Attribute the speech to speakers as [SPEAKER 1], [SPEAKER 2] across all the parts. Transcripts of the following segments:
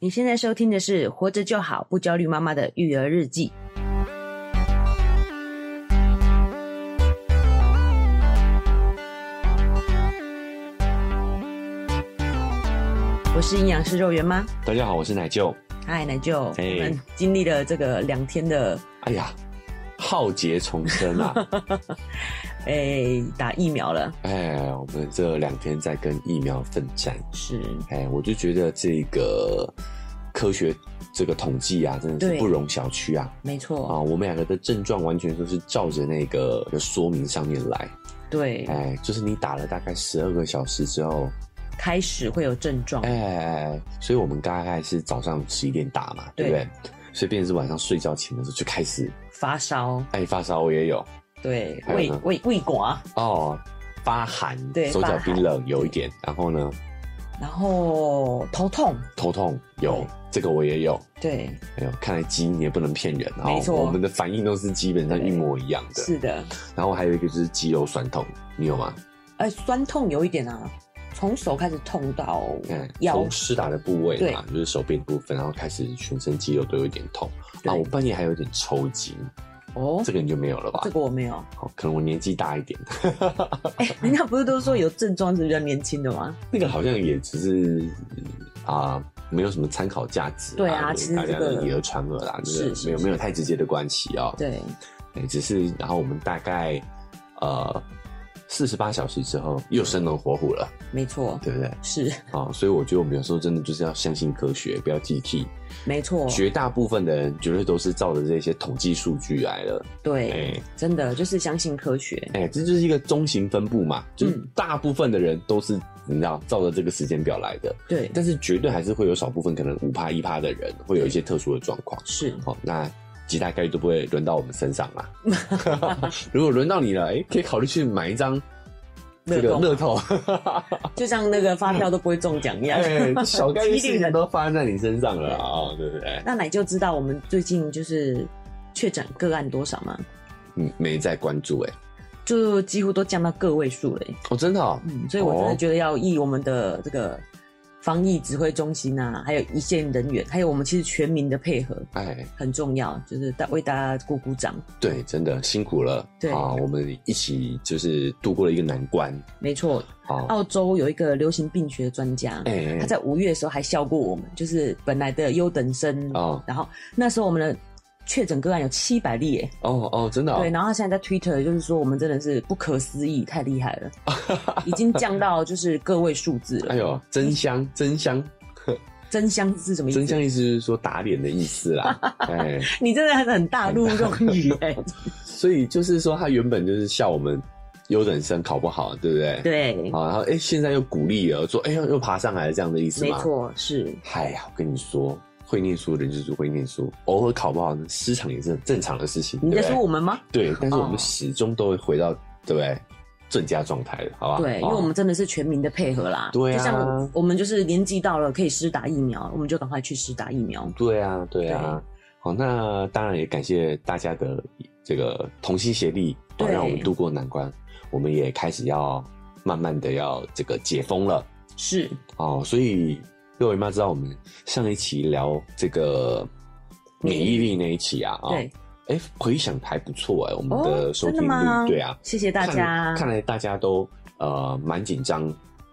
[SPEAKER 1] 你现在收听的是《活着就好不焦虑妈妈的育儿日记》。我是营养师肉圆妈，
[SPEAKER 2] 大家好，我是奶舅。
[SPEAKER 1] 嗨，奶舅，我
[SPEAKER 2] 哎
[SPEAKER 1] 们经历了这个两天的
[SPEAKER 2] 哎呀，浩劫重生啊！
[SPEAKER 1] 诶、哎打疫苗了，
[SPEAKER 2] 哎，我们这两天在跟疫苗奋战。
[SPEAKER 1] 是
[SPEAKER 2] 哎，我就觉得这个科学这个统计啊，真的
[SPEAKER 1] 对
[SPEAKER 2] 是不容小觑啊！
[SPEAKER 1] 没
[SPEAKER 2] 啊，
[SPEAKER 1] 错，
[SPEAKER 2] 我们两个的症状完全都是照着那个说明上面来。
[SPEAKER 1] 对，
[SPEAKER 2] 哎，就是你打了大概十二个小时之后，
[SPEAKER 1] 开始会有症状，
[SPEAKER 2] 哎，所以我们大概是早上十一点打嘛，对不
[SPEAKER 1] 对
[SPEAKER 2] 对？所以变成是晚上睡觉前的时候就开始，
[SPEAKER 1] 发烧，
[SPEAKER 2] 哎，发烧我也有。
[SPEAKER 1] 对，
[SPEAKER 2] 还有
[SPEAKER 1] 胃
[SPEAKER 2] 呢
[SPEAKER 1] 胃胃寡，
[SPEAKER 2] 哦，发寒，
[SPEAKER 1] 对
[SPEAKER 2] 手
[SPEAKER 1] 发
[SPEAKER 2] 脚
[SPEAKER 1] 寒
[SPEAKER 2] 冰冷有一点，然后呢，
[SPEAKER 1] 然后头痛，
[SPEAKER 2] 头痛
[SPEAKER 1] 对
[SPEAKER 2] 有，这个我也有。
[SPEAKER 1] 对，
[SPEAKER 2] 哎呦，看来基因也不能骗人啊、
[SPEAKER 1] 没错
[SPEAKER 2] 我们的反应都是基本上一模一样的。
[SPEAKER 1] 是的，
[SPEAKER 2] 然后还有一个就是肌肉酸痛，你有吗？
[SPEAKER 1] 哎，酸痛有一点啊，从手开始痛到
[SPEAKER 2] 嗯，
[SPEAKER 1] 腰
[SPEAKER 2] 从，施打的部位嘛，就是手臂的部分，然后开始全身肌肉都有点痛。
[SPEAKER 1] 对
[SPEAKER 2] 啊，我半夜还有点抽筋，
[SPEAKER 1] 哦，
[SPEAKER 2] 这个你就没有了吧？
[SPEAKER 1] 这个我没有，
[SPEAKER 2] 哦可能我年纪大一点，
[SPEAKER 1] 哎，人家不是都说有症状是比较年轻的吗？
[SPEAKER 2] 那个好像也只是啊、没有什么参考价值、
[SPEAKER 1] 对啊
[SPEAKER 2] 我
[SPEAKER 1] 其实
[SPEAKER 2] 大家
[SPEAKER 1] 这个
[SPEAKER 2] 都以讹传讹啦，
[SPEAKER 1] 是
[SPEAKER 2] 这个
[SPEAKER 1] 是
[SPEAKER 2] 没有
[SPEAKER 1] 是
[SPEAKER 2] 没有太直接的关系哦。
[SPEAKER 1] 对，
[SPEAKER 2] 对，只是然后我们大概呃四十八小时之后又生龙活虎了，
[SPEAKER 1] 没错，
[SPEAKER 2] 对不对？
[SPEAKER 1] 是
[SPEAKER 2] 啊、所以我觉得我们有时候真的就是要相信科学，不要记替。
[SPEAKER 1] 没错，
[SPEAKER 2] 绝大部分的人绝对都是照着这些统计数据来的。
[SPEAKER 1] 对，
[SPEAKER 2] 哎
[SPEAKER 1] 真的就是相信科学，
[SPEAKER 2] 哎，这就是一个中型分布嘛，就是
[SPEAKER 1] 嗯
[SPEAKER 2] 大部分的人都是你知道照着这个时间表来的。
[SPEAKER 1] 对，
[SPEAKER 2] 但是绝对还是会有少部分可能五趴一趴的人会有一些特殊的状况。
[SPEAKER 1] 是
[SPEAKER 2] 好、那极大概率都不会轮到我们身上 啦。 如果轮到你了，哎、可以考虑去买一张这个乐
[SPEAKER 1] 乐
[SPEAKER 2] 透，
[SPEAKER 1] 就像那个发票都不会中奖一样。
[SPEAKER 2] 哎、 小概率
[SPEAKER 1] 激
[SPEAKER 2] 事
[SPEAKER 1] 励
[SPEAKER 2] 情
[SPEAKER 1] 人
[SPEAKER 2] 都发生在你身上了啊、对不对？
[SPEAKER 1] 那奶就知道我们最近就是确诊个案多少吗？
[SPEAKER 2] 嗯，没在关注哎、
[SPEAKER 1] 就几乎都降到个位数了耶、
[SPEAKER 2] 哦，真的、哦，
[SPEAKER 1] 嗯，所以我真的觉得要以我们的这个防疫指挥中心啊，还有一线人员，还有我们其实全民的配合
[SPEAKER 2] 哎、
[SPEAKER 1] 很重要，就是大为大家鼓鼓掌。
[SPEAKER 2] 对，真的辛苦了，
[SPEAKER 1] 对
[SPEAKER 2] 啊，我们一起就是度过了一个难关，
[SPEAKER 1] 没错，
[SPEAKER 2] 好，
[SPEAKER 1] 澳洲有一个流行病学专家，
[SPEAKER 2] 哦哎、哎
[SPEAKER 1] 他在五月的时候还笑过我们，就是本来的优等生，
[SPEAKER 2] 哦
[SPEAKER 1] 然后那时候我们的确诊个案有七百例耶、
[SPEAKER 2] 哦哦，真的、哦，
[SPEAKER 1] 对，然后他现在在 Twitter 就是说，我们真的是不可思议，太厉害了，已经降到就是个位数字了。
[SPEAKER 2] 哎呦，真香，真香，
[SPEAKER 1] 真香是什么意思？
[SPEAKER 2] 真相意思就是说打脸的意 思啦，哎，
[SPEAKER 1] 你真的很大陆 用语哎、
[SPEAKER 2] 所以就是说他原本就是笑我们优等生考不好，对不对？。
[SPEAKER 1] 对，
[SPEAKER 2] 好，然后哎、现在又鼓励了，说哎呦、又爬上来了，这样的意思
[SPEAKER 1] 没
[SPEAKER 2] 吗？。
[SPEAKER 1] 错，是
[SPEAKER 2] 哎呀，我跟你说，会念书的人就是会念书，偶尔考不好呢，失常也是很正常的事情。
[SPEAKER 1] 你在
[SPEAKER 2] 对不对
[SPEAKER 1] 说我们吗？
[SPEAKER 2] 对，但是我
[SPEAKER 1] 哦
[SPEAKER 2] 们始终都会回到对不对正佳状态的，好吧？
[SPEAKER 1] 对，因为我们真的是全民的配合啦。
[SPEAKER 2] 哦对啊
[SPEAKER 1] 就像我我们就是年纪到了可以施打疫苗，我们就赶快去施打疫苗。
[SPEAKER 2] 对啊，对啊。好，那当然也感谢大家的这个同心协力，好
[SPEAKER 1] 对
[SPEAKER 2] 让我们渡过难关。我们也开始要慢慢的要这个解封了
[SPEAKER 1] 是
[SPEAKER 2] 哦。所以各位妈知道我们上一期聊这个免疫力那一期啊，啊、
[SPEAKER 1] 对
[SPEAKER 2] 哎、回想还不错哎、我们
[SPEAKER 1] 哦，
[SPEAKER 2] 的收
[SPEAKER 1] 真
[SPEAKER 2] 听
[SPEAKER 1] 的
[SPEAKER 2] 率，
[SPEAKER 1] 吗？
[SPEAKER 2] 对啊，
[SPEAKER 1] 谢谢大家
[SPEAKER 2] 看。看来大家都呃蛮紧张，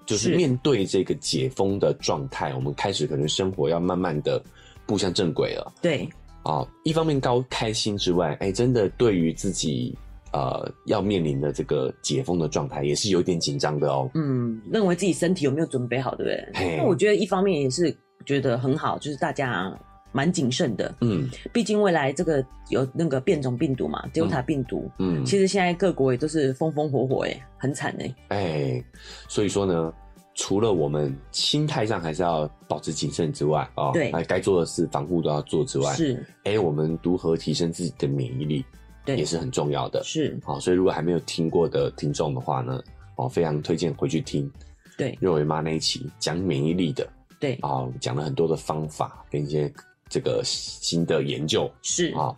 [SPEAKER 2] 就是
[SPEAKER 1] 是
[SPEAKER 2] 面对这个解封的状态，我们开始可能生活要慢慢的步向正轨了。
[SPEAKER 1] 对，
[SPEAKER 2] 啊、一方面高开心之外，哎，真的对于自己呃要面临的这个解封的状态，也是有点紧张的哦。
[SPEAKER 1] 嗯，认为自己身体有没有准备好，对不对？
[SPEAKER 2] 嘿
[SPEAKER 1] 那我觉得一方面也是觉得很好，就是大家蛮谨慎的，
[SPEAKER 2] 嗯
[SPEAKER 1] 毕竟未来这个有那个变种病毒嘛，Delta 病毒，
[SPEAKER 2] 嗯，
[SPEAKER 1] 其实现在各国也都是风风火火、欸，哎，很惨哎、
[SPEAKER 2] 哎，所以说呢，除了我们心态上还是要保持谨慎之外，哦，
[SPEAKER 1] 对
[SPEAKER 2] 哎，该做的事防护都要做之外，
[SPEAKER 1] 是，
[SPEAKER 2] 哎，我们如何提升自己的免疫力
[SPEAKER 1] 对，
[SPEAKER 2] 也是很重要的。
[SPEAKER 1] 是，
[SPEAKER 2] 好、所以如果还没有听过的听众的话呢，哦，非常推荐回去听
[SPEAKER 1] 对
[SPEAKER 2] 肉圆妈那一期讲免疫力的。
[SPEAKER 1] 对
[SPEAKER 2] 啊、讲了很多的方法跟一些这个新的研究
[SPEAKER 1] 是，
[SPEAKER 2] 啊、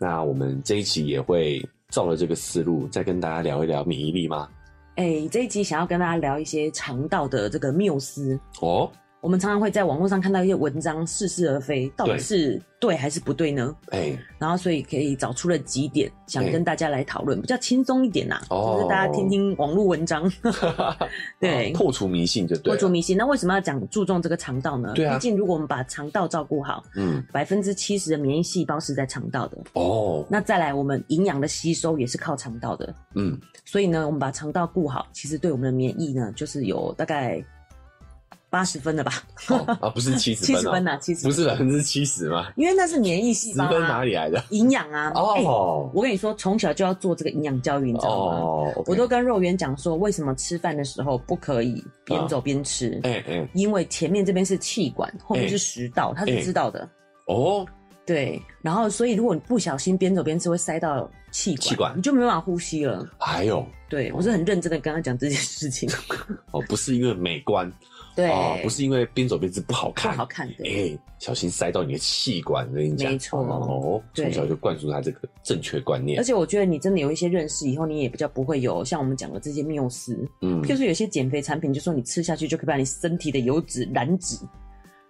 [SPEAKER 2] 那我们这一期也会照了这个思路，再跟大家聊一聊免疫力吗？
[SPEAKER 1] 哎、这一集想要跟大家聊一些肠道的这个缪斯，
[SPEAKER 2] 哦，
[SPEAKER 1] 我们常常会在网络上看到一些文章似是而非，到底
[SPEAKER 2] 对
[SPEAKER 1] 是对还是不对呢？
[SPEAKER 2] 哎，
[SPEAKER 1] 然后所以可以找出了几点，想
[SPEAKER 2] 对
[SPEAKER 1] 跟大家来讨论，比较轻松一点啦、
[SPEAKER 2] 哦
[SPEAKER 1] 就是大家听听网络文 章，对
[SPEAKER 2] 啊，破除迷信就对
[SPEAKER 1] 破除
[SPEAKER 2] 了。
[SPEAKER 1] 迷信。那为什么要讲注重这个肠道呢？
[SPEAKER 2] 对啊
[SPEAKER 1] 毕竟如果我们把肠道照顾好，
[SPEAKER 2] 嗯，
[SPEAKER 1] 百分之七十的免疫细胞是在肠道的。
[SPEAKER 2] 哦，
[SPEAKER 1] 那再来，我们营养的吸收也是靠肠道的，
[SPEAKER 2] 嗯，
[SPEAKER 1] 所以呢，我们把肠道顾好，其实对我们的免疫呢，就是有大概八十分了吧，
[SPEAKER 2] 好啊，不是七十
[SPEAKER 1] 七
[SPEAKER 2] 分
[SPEAKER 1] 十
[SPEAKER 2] 哦
[SPEAKER 1] 分呐，七十
[SPEAKER 2] 不是百分之七十吗？
[SPEAKER 1] 因为那是免疫细
[SPEAKER 2] 十
[SPEAKER 1] 胞
[SPEAKER 2] 分哪
[SPEAKER 1] 啊，
[SPEAKER 2] 里来的？
[SPEAKER 1] 营养啊。哎
[SPEAKER 2] 哦
[SPEAKER 1] 我跟你说，从小就要做这个营养教育，你知道吗？
[SPEAKER 2] 哦，OK，
[SPEAKER 1] 我都跟肉圆讲说，为什么吃饭的时候不可以边走边吃？
[SPEAKER 2] 哎哎
[SPEAKER 1] 因为前面这边是气管，后面是食道，他是知道的。
[SPEAKER 2] 哦，
[SPEAKER 1] 对，然后所以如果你不小心边走边吃，会塞到气管，
[SPEAKER 2] 气管
[SPEAKER 1] 你就没办法呼吸了。
[SPEAKER 2] 还有
[SPEAKER 1] 对我是很认真的跟他讲这件事情。
[SPEAKER 2] 哦，不是因为美观
[SPEAKER 1] 对，
[SPEAKER 2] 哦，不是因为边走边吃不好
[SPEAKER 1] 不
[SPEAKER 2] 看
[SPEAKER 1] 好，看的。
[SPEAKER 2] 哎，小心塞到你的气管，我跟你讲，
[SPEAKER 1] 没错
[SPEAKER 2] 哦，
[SPEAKER 1] 对
[SPEAKER 2] 从小就灌输他这个正确观念
[SPEAKER 1] 而，且我觉得你真的有一些认识以后，你也比较不会有像我们讲的这些谬思。
[SPEAKER 2] 嗯，
[SPEAKER 1] 就是有些减肥产品，就说你吃下去就可以把你身体的油脂燃脂，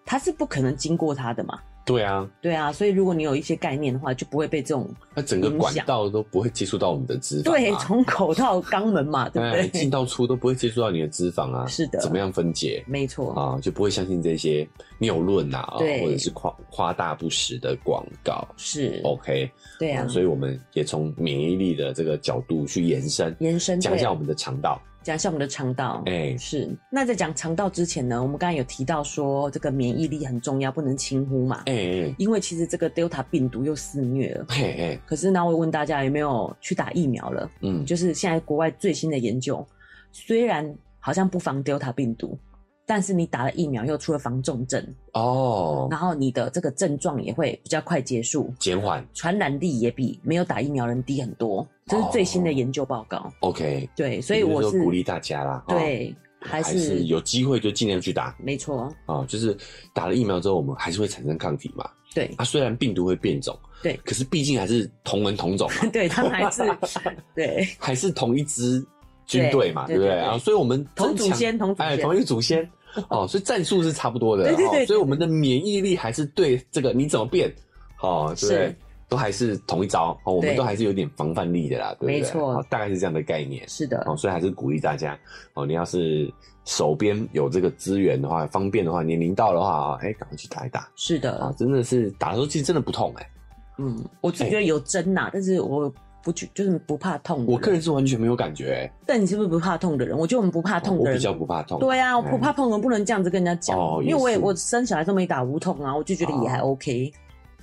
[SPEAKER 1] 它是不可能经过它的嘛。
[SPEAKER 2] 对啊，
[SPEAKER 1] 对啊，所以如果你有一些概念的话，就不会被这种
[SPEAKER 2] 它整个管道都不会接触到我们的脂肪、
[SPEAKER 1] 对
[SPEAKER 2] 啊，
[SPEAKER 1] 从口到肛门嘛，对
[SPEAKER 2] 哎，
[SPEAKER 1] 不对？
[SPEAKER 2] 进到出都不会接触到你的脂肪啊，
[SPEAKER 1] 是的
[SPEAKER 2] 怎么样分解
[SPEAKER 1] 没错，
[SPEAKER 2] 啊，就不会相信这些谬论啊，啊
[SPEAKER 1] 对
[SPEAKER 2] 或者是夸夸大不实的广告。
[SPEAKER 1] 是，
[SPEAKER 2] OK，
[SPEAKER 1] 对啊
[SPEAKER 2] 嗯，所以我们也从免疫力的这个角度去延伸，
[SPEAKER 1] 延伸
[SPEAKER 2] 讲一
[SPEAKER 1] 嗯对
[SPEAKER 2] 下我们的肠道。
[SPEAKER 1] 讲一下我们的肠道。
[SPEAKER 2] 哎、
[SPEAKER 1] 是，那在讲肠道之前呢，我们刚才有提到说这个免疫力很重要，不能轻忽嘛。
[SPEAKER 2] 哎哎
[SPEAKER 1] 因为其实这个 Delta 病毒又肆虐了。
[SPEAKER 2] 嘿嘿，
[SPEAKER 1] 可是呢，我问大家有没有去打疫苗了？
[SPEAKER 2] 嗯，
[SPEAKER 1] 就是现在国外最新的研究，虽然好像不防 Delta 病毒，但是你打了疫苗又出了防重症，
[SPEAKER 2] 哦，
[SPEAKER 1] 然后你的这个症状也会比较快结束，
[SPEAKER 2] 减缓
[SPEAKER 1] 传染力也比没有打疫苗人低很多。这是最新的研究报告。
[SPEAKER 2] ，OK，
[SPEAKER 1] 对，所以我
[SPEAKER 2] 哦也就是说鼓励大家啦，哦，
[SPEAKER 1] 对，还
[SPEAKER 2] 还是有机会就尽量去打
[SPEAKER 1] 没错，
[SPEAKER 2] 啊、就是打了疫苗之后，我们还是会产生抗体嘛，
[SPEAKER 1] 对
[SPEAKER 2] 啊，虽然病毒会变种，
[SPEAKER 1] 对，
[SPEAKER 2] 可是毕竟还是同文同种嘛
[SPEAKER 1] 对，他们还是对
[SPEAKER 2] 还是同一支军队嘛，
[SPEAKER 1] 对
[SPEAKER 2] 对不
[SPEAKER 1] 对
[SPEAKER 2] 对
[SPEAKER 1] 对对
[SPEAKER 2] 啊？所以我们
[SPEAKER 1] 同祖
[SPEAKER 2] 争抢
[SPEAKER 1] 先同祖
[SPEAKER 2] 哎，
[SPEAKER 1] 先
[SPEAKER 2] 同一个祖先哦，所以战术是差不多的，
[SPEAKER 1] 对对对
[SPEAKER 2] 哦，所以我们的免疫力还是对这个你怎么变哦，对不
[SPEAKER 1] 是
[SPEAKER 2] 对？都还是同一招哦，我
[SPEAKER 1] 对
[SPEAKER 2] 们都还是有点防范力的啦，对不对？
[SPEAKER 1] 没错
[SPEAKER 2] 哦大概是这样的概念
[SPEAKER 1] 是的，
[SPEAKER 2] 哦，所以还是鼓励大家哦，你要是手边有这个资源的话，方便的话，年龄到的话啊，哎，赶快去打一打
[SPEAKER 1] 是
[SPEAKER 2] 啊
[SPEAKER 1] 的，，
[SPEAKER 2] 真的是打的时候其实真的不痛哎、
[SPEAKER 1] 嗯，我只觉得有针呐，但是我不去，就是不怕痛的人。
[SPEAKER 2] 哦我个人是完全没有感觉、欸，
[SPEAKER 1] 但你是不是不怕痛的人？我觉得我们不怕痛
[SPEAKER 2] 哦我
[SPEAKER 1] 的
[SPEAKER 2] 比
[SPEAKER 1] 人，
[SPEAKER 2] 较不怕痛。
[SPEAKER 1] 对啊，我不
[SPEAKER 2] 嗯
[SPEAKER 1] 怕痛的人不能这样子跟人家讲，
[SPEAKER 2] 哦
[SPEAKER 1] 因为我也
[SPEAKER 2] 也是
[SPEAKER 1] 我生小孩都没打无痛啊，我就觉得也还 OK，、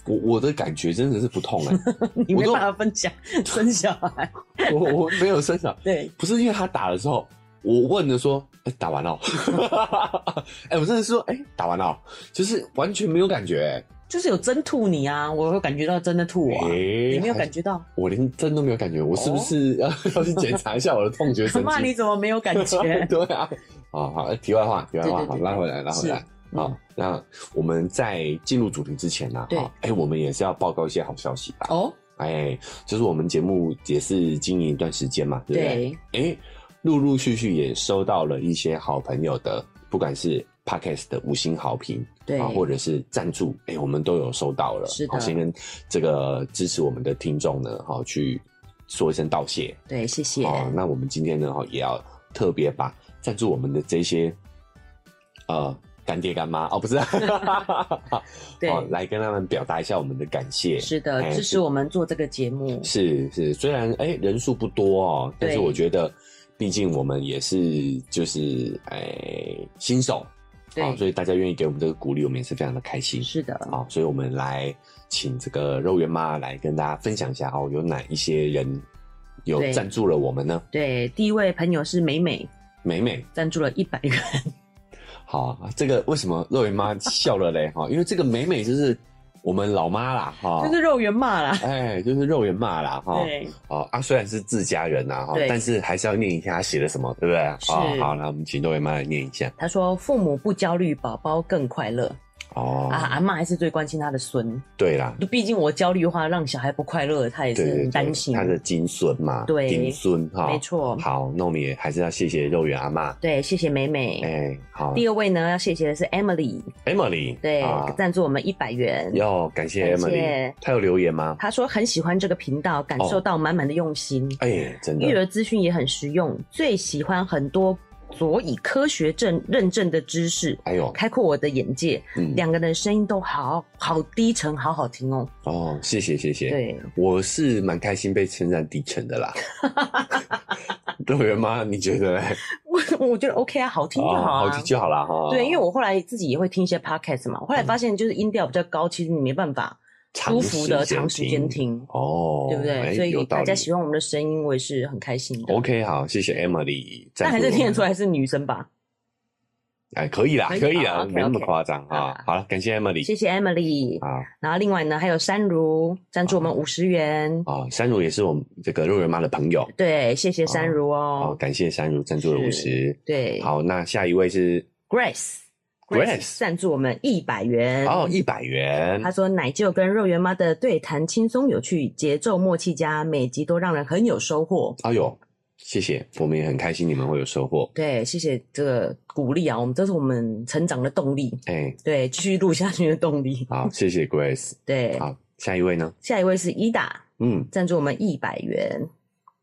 [SPEAKER 2] 我我的感觉真的是不痛哎、
[SPEAKER 1] 你没
[SPEAKER 2] 我都
[SPEAKER 1] 办法分 享生小孩，
[SPEAKER 2] 我我没有生长，
[SPEAKER 1] 对，
[SPEAKER 2] 不是因为他打的时候，我问的说，哎、打完了哦， 哎、我真的是说，哎、打完了哦，就是完全没有感觉、欸，
[SPEAKER 1] 就是有针吐你啊，我有感觉到真的吐我、啊，
[SPEAKER 2] 哎
[SPEAKER 1] 你没有感觉到？
[SPEAKER 2] 我连针都没有感觉，我是不是要、 要去检查一下我的痛觉神
[SPEAKER 1] 妈，你
[SPEAKER 2] 经？
[SPEAKER 1] 怎么没有感觉？
[SPEAKER 2] 对啊，好好，题外话，题外话，
[SPEAKER 1] 对对对
[SPEAKER 2] 好，
[SPEAKER 1] 对
[SPEAKER 2] 拉回来，拉回来。
[SPEAKER 1] 嗯
[SPEAKER 2] 好，那我们在进入主题之前呢、
[SPEAKER 1] 对
[SPEAKER 2] 好哎、我们也是要报告一些好消息吧。
[SPEAKER 1] 哦，
[SPEAKER 2] 哎，就是我们节目也是经营一段时间嘛，对不对？
[SPEAKER 1] 对，
[SPEAKER 2] 哎，陆陆续续也收到了一些好朋友的，不管是 Podcast 的五星好评，
[SPEAKER 1] 对
[SPEAKER 2] 啊，或者是赞助，哎，我们都有收到了。
[SPEAKER 1] 是的
[SPEAKER 2] 好先跟这个支持我们的听众呢，好去说一声道谢。
[SPEAKER 1] 对，谢谢，
[SPEAKER 2] 好，那我们今天呢，哈，也要特别把赞助我们的这些，呃。干爹干妈哦，不是，
[SPEAKER 1] 对
[SPEAKER 2] 哦来跟他们表达一下我们的感谢。
[SPEAKER 1] 是的，
[SPEAKER 2] 哎
[SPEAKER 1] 支持我们做这个节目，
[SPEAKER 2] 是是，虽然哎、人数不多哦，但是
[SPEAKER 1] 对
[SPEAKER 2] 我觉得，毕竟我们也是就是哎、新手
[SPEAKER 1] 对，
[SPEAKER 2] 啊，所以大家愿意给我们这个鼓励，我们也是非常的开心
[SPEAKER 1] 是的，
[SPEAKER 2] 啊。所以我们来请这个肉圆妈来跟大家分享一下哦，有哪一些人有
[SPEAKER 1] 对
[SPEAKER 2] 赞助了我们呢？
[SPEAKER 1] 对，第一位朋友是美美，
[SPEAKER 2] 美美，
[SPEAKER 1] 赞助了一百元，
[SPEAKER 2] 好，这个为什么肉圆妈笑了嘞？哈，因为这个美美就是我们老妈啦，哈，
[SPEAKER 1] 就是肉圆骂啦，
[SPEAKER 2] 哎，就是肉圆妈啦，哈，
[SPEAKER 1] 对，
[SPEAKER 2] 哦啊，虽然是自家人呐、哈
[SPEAKER 1] 对，
[SPEAKER 2] 但是还是要念一下他写的什么，对不对？啊、
[SPEAKER 1] 是
[SPEAKER 2] 好，那我们请各位妈来念一下。
[SPEAKER 1] 他说父母不焦虑，宝宝更快乐。
[SPEAKER 2] 哦，
[SPEAKER 1] 啊，阿妈还是最关心她的孙，
[SPEAKER 2] 对啦，
[SPEAKER 1] 毕竟我焦虑的话，让小孩不快乐，她也是
[SPEAKER 2] 对
[SPEAKER 1] 很
[SPEAKER 2] 对对，
[SPEAKER 1] 担心。
[SPEAKER 2] 他的金孙嘛，
[SPEAKER 1] 对
[SPEAKER 2] 金孙哈，
[SPEAKER 1] 没错
[SPEAKER 2] 好，那我们也还是要谢谢肉圆阿妈，
[SPEAKER 1] 对，谢谢美美。
[SPEAKER 2] 哎、好
[SPEAKER 1] 第二位呢，要谢谢的是 Emily，
[SPEAKER 2] ，Emily，
[SPEAKER 1] 对，
[SPEAKER 2] 啊
[SPEAKER 1] 赞助我们一百元。
[SPEAKER 2] 要感谢
[SPEAKER 1] 感谢
[SPEAKER 2] Emily，她有留言吗？
[SPEAKER 1] 她说很喜欢这个频道，感受到满满的用心。
[SPEAKER 2] 哎、真
[SPEAKER 1] 育
[SPEAKER 2] 的，
[SPEAKER 1] 儿资讯也很实用，最喜欢很多佐以科学证认证的知识，
[SPEAKER 2] 哎呦，
[SPEAKER 1] 开阔我的眼界。
[SPEAKER 2] 嗯，
[SPEAKER 1] 两个人声音都好好低沉，好好听哦。
[SPEAKER 2] 哦，谢谢谢谢，
[SPEAKER 1] 对，
[SPEAKER 2] 我是蛮开心被称赞低沉的啦。肉圆妈，你觉得嘞？
[SPEAKER 1] 我我觉得 OK 啊，好听就好
[SPEAKER 2] 哦
[SPEAKER 1] 啊。
[SPEAKER 2] 听就好啦哈。
[SPEAKER 1] 对，因为我后来自己也会听一些 podcast 嘛，我后来发现就是音调比较高，其实你没办法舒
[SPEAKER 2] 长
[SPEAKER 1] 服的长时间
[SPEAKER 2] 听。
[SPEAKER 1] 听，
[SPEAKER 2] 哦，
[SPEAKER 1] 对不
[SPEAKER 2] 哎
[SPEAKER 1] 对？所
[SPEAKER 2] 有
[SPEAKER 1] 以
[SPEAKER 2] 道
[SPEAKER 1] 大家
[SPEAKER 2] 理哦
[SPEAKER 1] 喜欢我们的声音，我也是很开心的。
[SPEAKER 2] OK，好，谢谢 Emily，
[SPEAKER 1] 但
[SPEAKER 2] 赞
[SPEAKER 1] 还
[SPEAKER 2] 助
[SPEAKER 1] 是
[SPEAKER 2] 我
[SPEAKER 1] 听得
[SPEAKER 2] 们
[SPEAKER 1] 出来是女生吧？
[SPEAKER 2] 哎，可以啦，
[SPEAKER 1] 可以
[SPEAKER 2] 可以啦，
[SPEAKER 1] 哦，OK，
[SPEAKER 2] 没那么
[SPEAKER 1] OK
[SPEAKER 2] 夸张啊
[SPEAKER 1] 啊。
[SPEAKER 2] 好了，感谢 Emily，
[SPEAKER 1] 谢谢 Emily。
[SPEAKER 2] 啊
[SPEAKER 1] 然后另外呢，还有山如赞助我们五十元，
[SPEAKER 2] 啊，山如也是我们这个肉圆妈的朋友，
[SPEAKER 1] 对，谢谢山如
[SPEAKER 2] 哦，
[SPEAKER 1] 哦。
[SPEAKER 2] 感谢山如赞助了五十
[SPEAKER 1] 是。对，
[SPEAKER 2] 好，那下一位是
[SPEAKER 1] Grace。
[SPEAKER 2] Grace
[SPEAKER 1] 赞助我们一百元
[SPEAKER 2] 哦，一百元
[SPEAKER 1] 他，说奶舅跟肉圆妈的对谈轻松有趣，节奏默契佳，每集都让人很有收获。
[SPEAKER 2] 哎呦，谢谢，我们也很开心你们会有收获。
[SPEAKER 1] 对，谢谢这个鼓励啊，我们这是我们成长的动力，
[SPEAKER 2] 哎，
[SPEAKER 1] 对，继续录下去的动力。
[SPEAKER 2] 好，谢谢 Grace。
[SPEAKER 1] 对，
[SPEAKER 2] 好，下一位呢？
[SPEAKER 1] 下一位是伊达，
[SPEAKER 2] 嗯，
[SPEAKER 1] 赞助我们一百元。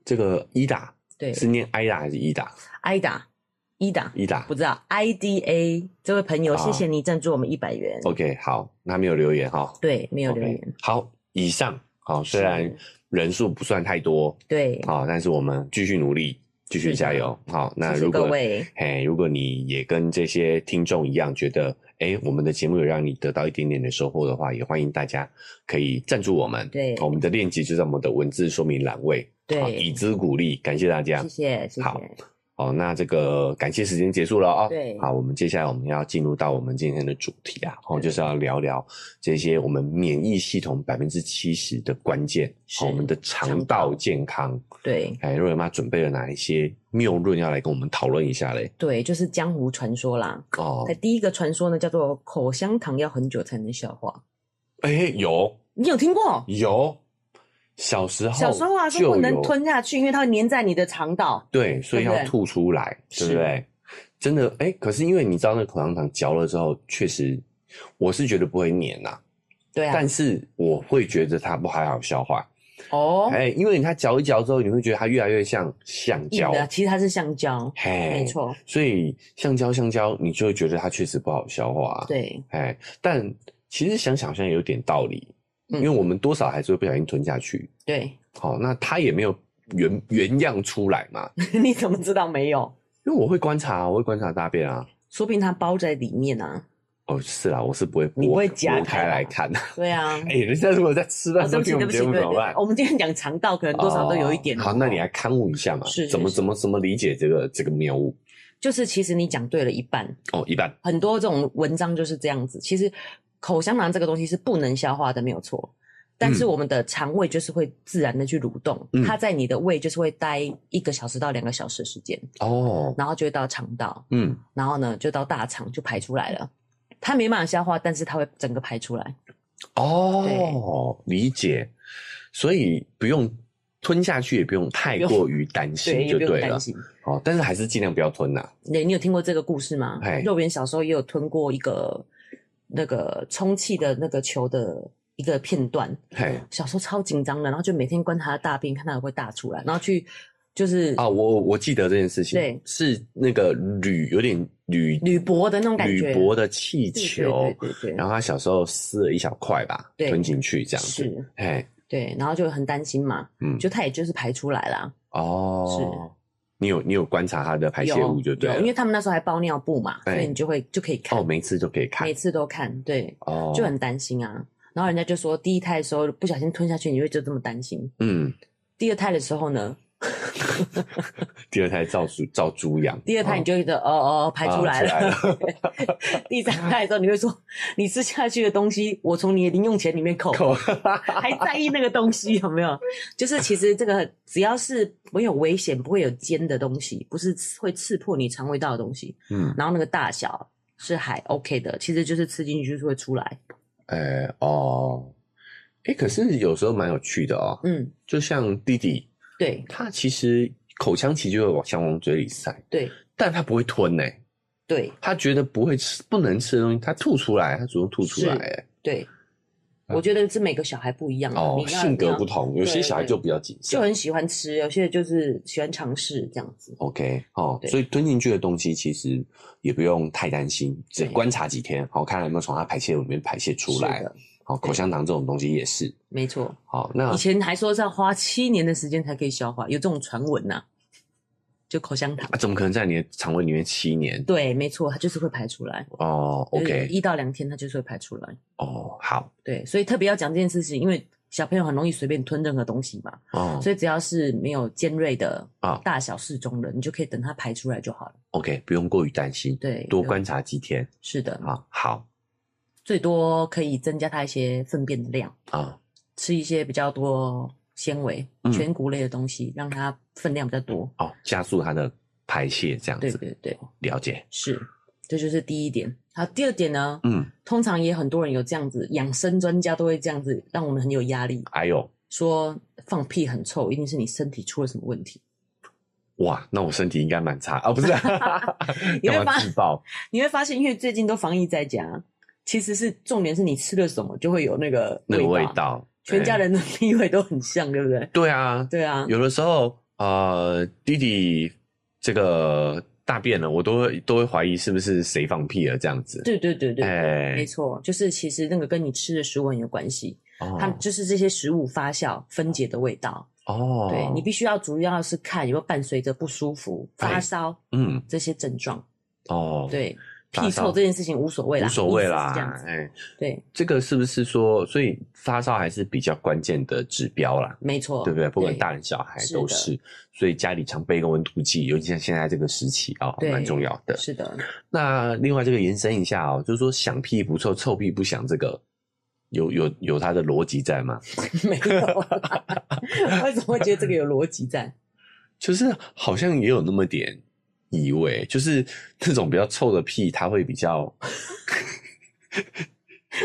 [SPEAKER 2] 这个伊达
[SPEAKER 1] 对，
[SPEAKER 2] 是念艾达还是伊达？
[SPEAKER 1] 伊达，伊达，
[SPEAKER 2] 伊达
[SPEAKER 1] 不。知道 I D A 这位朋友，
[SPEAKER 2] 啊
[SPEAKER 1] 谢谢你赞助我们一百元。
[SPEAKER 2] OK，好，那没有留言哈。
[SPEAKER 1] 对，没有留
[SPEAKER 2] OK，
[SPEAKER 1] 言。
[SPEAKER 2] 好，以上好，虽然
[SPEAKER 1] 是
[SPEAKER 2] 人数不算太多，
[SPEAKER 1] 对，
[SPEAKER 2] 好，但是我们继续努力，继续
[SPEAKER 1] 是的
[SPEAKER 2] 加油。好，那
[SPEAKER 1] 谢
[SPEAKER 2] 如
[SPEAKER 1] 谢各
[SPEAKER 2] 果
[SPEAKER 1] 位。
[SPEAKER 2] 嘿，如果你也跟这些听众一样，觉得哎，诶我们的节目有让你得到一点点的收获的话，也欢迎大家可以赞助我们。
[SPEAKER 1] 对
[SPEAKER 2] 我们的链接就在我们的文字说明栏位。
[SPEAKER 1] 对
[SPEAKER 2] 好以资鼓励，感谢大家
[SPEAKER 1] 谢。谢，谢
[SPEAKER 2] 好
[SPEAKER 1] 谢。
[SPEAKER 2] 好，哦那这个感谢时间结束了啊、
[SPEAKER 1] 对
[SPEAKER 2] 好，我们接下来我们要进入到我们今天的主题啊，哦，
[SPEAKER 1] 对
[SPEAKER 2] 就是要聊聊这些我们免疫系统百分之七十的关键，
[SPEAKER 1] 是
[SPEAKER 2] 好，我们的肠
[SPEAKER 1] 肠
[SPEAKER 2] 道
[SPEAKER 1] 道
[SPEAKER 2] 健康。
[SPEAKER 1] 对
[SPEAKER 2] 哎，若圆妈准备了哪一些谬论要来跟我们讨论一下嘞？
[SPEAKER 1] 对，就是江湖传说啦。
[SPEAKER 2] 哦
[SPEAKER 1] 那，哎第一个传说呢，叫做口香糖要很久才能消化。
[SPEAKER 2] 哎、有
[SPEAKER 1] 你有听过？
[SPEAKER 2] 有，小时候
[SPEAKER 1] 小时候啊，
[SPEAKER 2] 就
[SPEAKER 1] 说不能
[SPEAKER 2] 有
[SPEAKER 1] 吞下去，因为它会粘在你的肠道。
[SPEAKER 2] 对，所以
[SPEAKER 1] 对不
[SPEAKER 2] 要
[SPEAKER 1] 对
[SPEAKER 2] 吐出来，对不
[SPEAKER 1] 是
[SPEAKER 2] 对？真的，哎、可是因为你知道那口香糖嚼了之后，确实我是觉得不会黏呐、
[SPEAKER 1] 对啊
[SPEAKER 2] 但，是我会觉得它不还好消化，
[SPEAKER 1] 哦，
[SPEAKER 2] 哎、因为它嚼一嚼之后，你会觉得它越来越像橡
[SPEAKER 1] 硬
[SPEAKER 2] 胶，
[SPEAKER 1] 的，其实它是橡胶，
[SPEAKER 2] 嘿，
[SPEAKER 1] 没。错，
[SPEAKER 2] 所以橡胶橡胶，你就会觉得它确实不好消化、啊，，
[SPEAKER 1] 对，
[SPEAKER 2] 哎，但其实想想好像有点道理，
[SPEAKER 1] 嗯
[SPEAKER 2] 因为我们多少还是会不小心吞下去，
[SPEAKER 1] 对，
[SPEAKER 2] 好、那它也没有原原样出来嘛，
[SPEAKER 1] 你怎么知道没有？
[SPEAKER 2] 因为我会观察，我会观察大便啊。
[SPEAKER 1] 说不定它包在里面啊。
[SPEAKER 2] 哦，是啦，我是不会
[SPEAKER 1] 你不会夹
[SPEAKER 2] 剥开
[SPEAKER 1] 开吧
[SPEAKER 2] 来看 的。
[SPEAKER 1] 对啊，
[SPEAKER 2] 哎、人家如果在吃饭
[SPEAKER 1] 哦
[SPEAKER 2] 的时
[SPEAKER 1] 对
[SPEAKER 2] 候
[SPEAKER 1] 不起，对
[SPEAKER 2] 听我们
[SPEAKER 1] 不起，
[SPEAKER 2] 节
[SPEAKER 1] 对不
[SPEAKER 2] 目怎
[SPEAKER 1] 起
[SPEAKER 2] 么办，？
[SPEAKER 1] 我们今天讲肠道，可能多少都有一点
[SPEAKER 2] 哦
[SPEAKER 1] 哦。
[SPEAKER 2] 好，那你来刊物一下嘛，
[SPEAKER 1] 是是
[SPEAKER 2] 怎么
[SPEAKER 1] 是
[SPEAKER 2] 怎么怎么理解这个这个谬误？
[SPEAKER 1] 就是其实你讲对了一半，
[SPEAKER 2] 哦，一般
[SPEAKER 1] 很多这种文章就是这样子。其实口香糖这个东西是不能消化的，没有错。但是
[SPEAKER 2] 嗯
[SPEAKER 1] 我们的肠胃就是会自然的去蠕动，
[SPEAKER 2] 嗯
[SPEAKER 1] 它在你的胃就是会待一个小时到两个小时的时间，
[SPEAKER 2] 哦，
[SPEAKER 1] 然后就会到肠道，
[SPEAKER 2] 嗯，
[SPEAKER 1] 然后呢就到大肠就排出来了。它没办法消化，但是它会整个排出来。
[SPEAKER 2] 哦，理解，所以不用吞下去，也不用太
[SPEAKER 1] 不用
[SPEAKER 2] 过于担心
[SPEAKER 1] 也
[SPEAKER 2] 就
[SPEAKER 1] 不用
[SPEAKER 2] 对了
[SPEAKER 1] 担。心。
[SPEAKER 2] 哦，但是还是尽量不要吞呐、
[SPEAKER 1] 你你有听过这个故事吗
[SPEAKER 2] 嘿？
[SPEAKER 1] 肉圆小时候也有吞过一个那个充气的那个球的一个片段，
[SPEAKER 2] 嘿，
[SPEAKER 1] 小时候超紧张的，然后就每天观察他的大便，看他会不会大出来，然后去就是
[SPEAKER 2] 啊，我我记得这件事情，
[SPEAKER 1] 对
[SPEAKER 2] 是那个铝有点铝
[SPEAKER 1] 铝箔的那种感觉，
[SPEAKER 2] 铝箔的气
[SPEAKER 1] 对，
[SPEAKER 2] 球
[SPEAKER 1] 对对对
[SPEAKER 2] 然
[SPEAKER 1] 对，
[SPEAKER 2] 后他小时候撕了一小块吧，
[SPEAKER 1] 对
[SPEAKER 2] 吞进去这样子，
[SPEAKER 1] 是，
[SPEAKER 2] 嘿，
[SPEAKER 1] 对，然后就很担心嘛，
[SPEAKER 2] 嗯，
[SPEAKER 1] 就他也就是排出来啦，
[SPEAKER 2] 哦，你有你有观察它的排泄
[SPEAKER 1] 有
[SPEAKER 2] 物就对
[SPEAKER 1] 有
[SPEAKER 2] 了，
[SPEAKER 1] 因为他们那时候还包尿布嘛，
[SPEAKER 2] 哎
[SPEAKER 1] 所以你就会就可以看
[SPEAKER 2] 哦，，每次都可以看
[SPEAKER 1] 每，次都看，对，
[SPEAKER 2] 哦，
[SPEAKER 1] 就很担心啊。然后人家就说，第一胎的时候不小心吞下去，你会就这么担心；
[SPEAKER 2] 嗯，
[SPEAKER 1] 第二胎的时候呢，
[SPEAKER 2] 第二胎照猪照猪养，
[SPEAKER 1] 第二胎你就觉得、哦哦排出来了，
[SPEAKER 2] 啊出
[SPEAKER 1] 第三胎的时候你会说，你吃下去的东西，我从你的零用钱里面扣，
[SPEAKER 2] 口
[SPEAKER 1] 还在意那个东西有没有？就是其实这个只要是没有危险、不会有尖的东西，不是会刺破你肠胃道的东西，
[SPEAKER 2] 嗯
[SPEAKER 1] 然后那个大小是还 OK 的，其实就是吃进去就是会出来。
[SPEAKER 2] 哎、哦，哎、可是有时候蛮有趣的哦，
[SPEAKER 1] 嗯，
[SPEAKER 2] 就像弟弟，
[SPEAKER 1] 对
[SPEAKER 2] 他其实口腔期就会往想往嘴里塞，
[SPEAKER 1] 对
[SPEAKER 2] 但他不会吞呢、
[SPEAKER 1] 对
[SPEAKER 2] 他觉得不会吃不能吃的东西，他吐出来，他主动吐出来、哎
[SPEAKER 1] 对，
[SPEAKER 2] 嗯
[SPEAKER 1] 我觉得是每个小孩不一样的，
[SPEAKER 2] 哦
[SPEAKER 1] 你，要
[SPEAKER 2] 性格不
[SPEAKER 1] 你要
[SPEAKER 2] 同，有些
[SPEAKER 1] 对
[SPEAKER 2] 小孩
[SPEAKER 1] 对
[SPEAKER 2] 就比较谨
[SPEAKER 1] 就
[SPEAKER 2] 慎。
[SPEAKER 1] 很喜欢吃，有些就是喜欢尝试这样子。
[SPEAKER 2] OK，哦，
[SPEAKER 1] 对
[SPEAKER 2] 所以吞进去的东西其实也不用太担心，只
[SPEAKER 1] 对
[SPEAKER 2] 观察几天，好、看有没有从它排泄里面排泄出来
[SPEAKER 1] 是。的，
[SPEAKER 2] 好、口
[SPEAKER 1] 对
[SPEAKER 2] 香糖这种东西也是。
[SPEAKER 1] 没错。
[SPEAKER 2] 好，那
[SPEAKER 1] 以前还说是要花七年的时间才可以消化，有这种传闻呐、啊就口香糖
[SPEAKER 2] 啊。怎么可能在你的肠胃里面七年？
[SPEAKER 1] 对，没错，它就是会排出来。
[SPEAKER 2] 哦
[SPEAKER 1] 就是
[SPEAKER 2] ，OK，
[SPEAKER 1] 一到两天它就是会排出来。
[SPEAKER 2] 哦，好，
[SPEAKER 1] 对，所以特别要讲这件事情，因为小朋友很容易随便吞任何东西嘛，
[SPEAKER 2] 哦
[SPEAKER 1] 所以只要是没有尖锐的
[SPEAKER 2] 啊
[SPEAKER 1] 大小适中的，你就可以等它排出来就好了。
[SPEAKER 2] ，OK，不用过于担心，
[SPEAKER 1] 对，
[SPEAKER 2] 多
[SPEAKER 1] 对
[SPEAKER 2] 观察几天
[SPEAKER 1] 是的，
[SPEAKER 2] 啊，好
[SPEAKER 1] 最多可以增加它一些粪便的量，
[SPEAKER 2] 啊，
[SPEAKER 1] 吃一些比较多纤维
[SPEAKER 2] 嗯、
[SPEAKER 1] 全谷类的东西，让它分量比较多。
[SPEAKER 2] 哦，加速它的排泄这样
[SPEAKER 1] 对
[SPEAKER 2] 子，
[SPEAKER 1] 对对，
[SPEAKER 2] 了解，
[SPEAKER 1] 是，这就是第一点。好，第二点呢，
[SPEAKER 2] 嗯，
[SPEAKER 1] 通常也很多人有这样子，养生专家都会这样子，让我们很有压力，
[SPEAKER 2] 还有
[SPEAKER 1] 说放屁很臭，一定是你身体出了什么问题。
[SPEAKER 2] 哇，那我身体应该蛮差啊，不是，
[SPEAKER 1] 你
[SPEAKER 2] 干
[SPEAKER 1] 会
[SPEAKER 2] 嘛
[SPEAKER 1] 发
[SPEAKER 2] 自 爆？
[SPEAKER 1] 你会发现，因为最近都防疫在家，其实是重点是你吃了什么，就会有那个
[SPEAKER 2] 那个味
[SPEAKER 1] 道。
[SPEAKER 2] 道，
[SPEAKER 1] 全家
[SPEAKER 2] 哎
[SPEAKER 1] 人的地位都很像，对不对？
[SPEAKER 2] 对啊，
[SPEAKER 1] 对啊，
[SPEAKER 2] 有的时候呃，弟弟这个大便了，我都会都会怀疑是不是谁放屁了这样子，
[SPEAKER 1] 对对对对，
[SPEAKER 2] 哎
[SPEAKER 1] 没错，就是其实那个跟你吃的食物很有关系，
[SPEAKER 2] 哦
[SPEAKER 1] 它就是这些食物发酵分解的味道。
[SPEAKER 2] 哦，
[SPEAKER 1] 对你必须要主要是看有没有伴随着不舒服、
[SPEAKER 2] 哎
[SPEAKER 1] 发烧
[SPEAKER 2] 嗯
[SPEAKER 1] 这些症状。
[SPEAKER 2] 哦，，
[SPEAKER 1] 对，
[SPEAKER 2] 发
[SPEAKER 1] 屁
[SPEAKER 2] 烧
[SPEAKER 1] 臭这件事情无所谓啦，
[SPEAKER 2] 无所谓
[SPEAKER 1] 意思是这样
[SPEAKER 2] 啦，
[SPEAKER 1] 子。
[SPEAKER 2] 哎。
[SPEAKER 1] 对，
[SPEAKER 2] 这个是不是说，所以发烧还是比较关键的指标啦，
[SPEAKER 1] 没错，
[SPEAKER 2] 对不对？不管大人小孩
[SPEAKER 1] 哦是的
[SPEAKER 2] 都是，所以家里常备一个温度计，尤其像现在这个时期啊、
[SPEAKER 1] 对
[SPEAKER 2] 蛮重要的。
[SPEAKER 1] 是的，
[SPEAKER 2] 那另外这个延伸一下哦，就是说响屁不臭，臭屁不响，这个有有有它的逻辑在吗？
[SPEAKER 1] 没有啦。 为什么会觉得这个有逻辑在？
[SPEAKER 2] 就是好像也有那么点意味，就是那种比较臭的屁，它会比较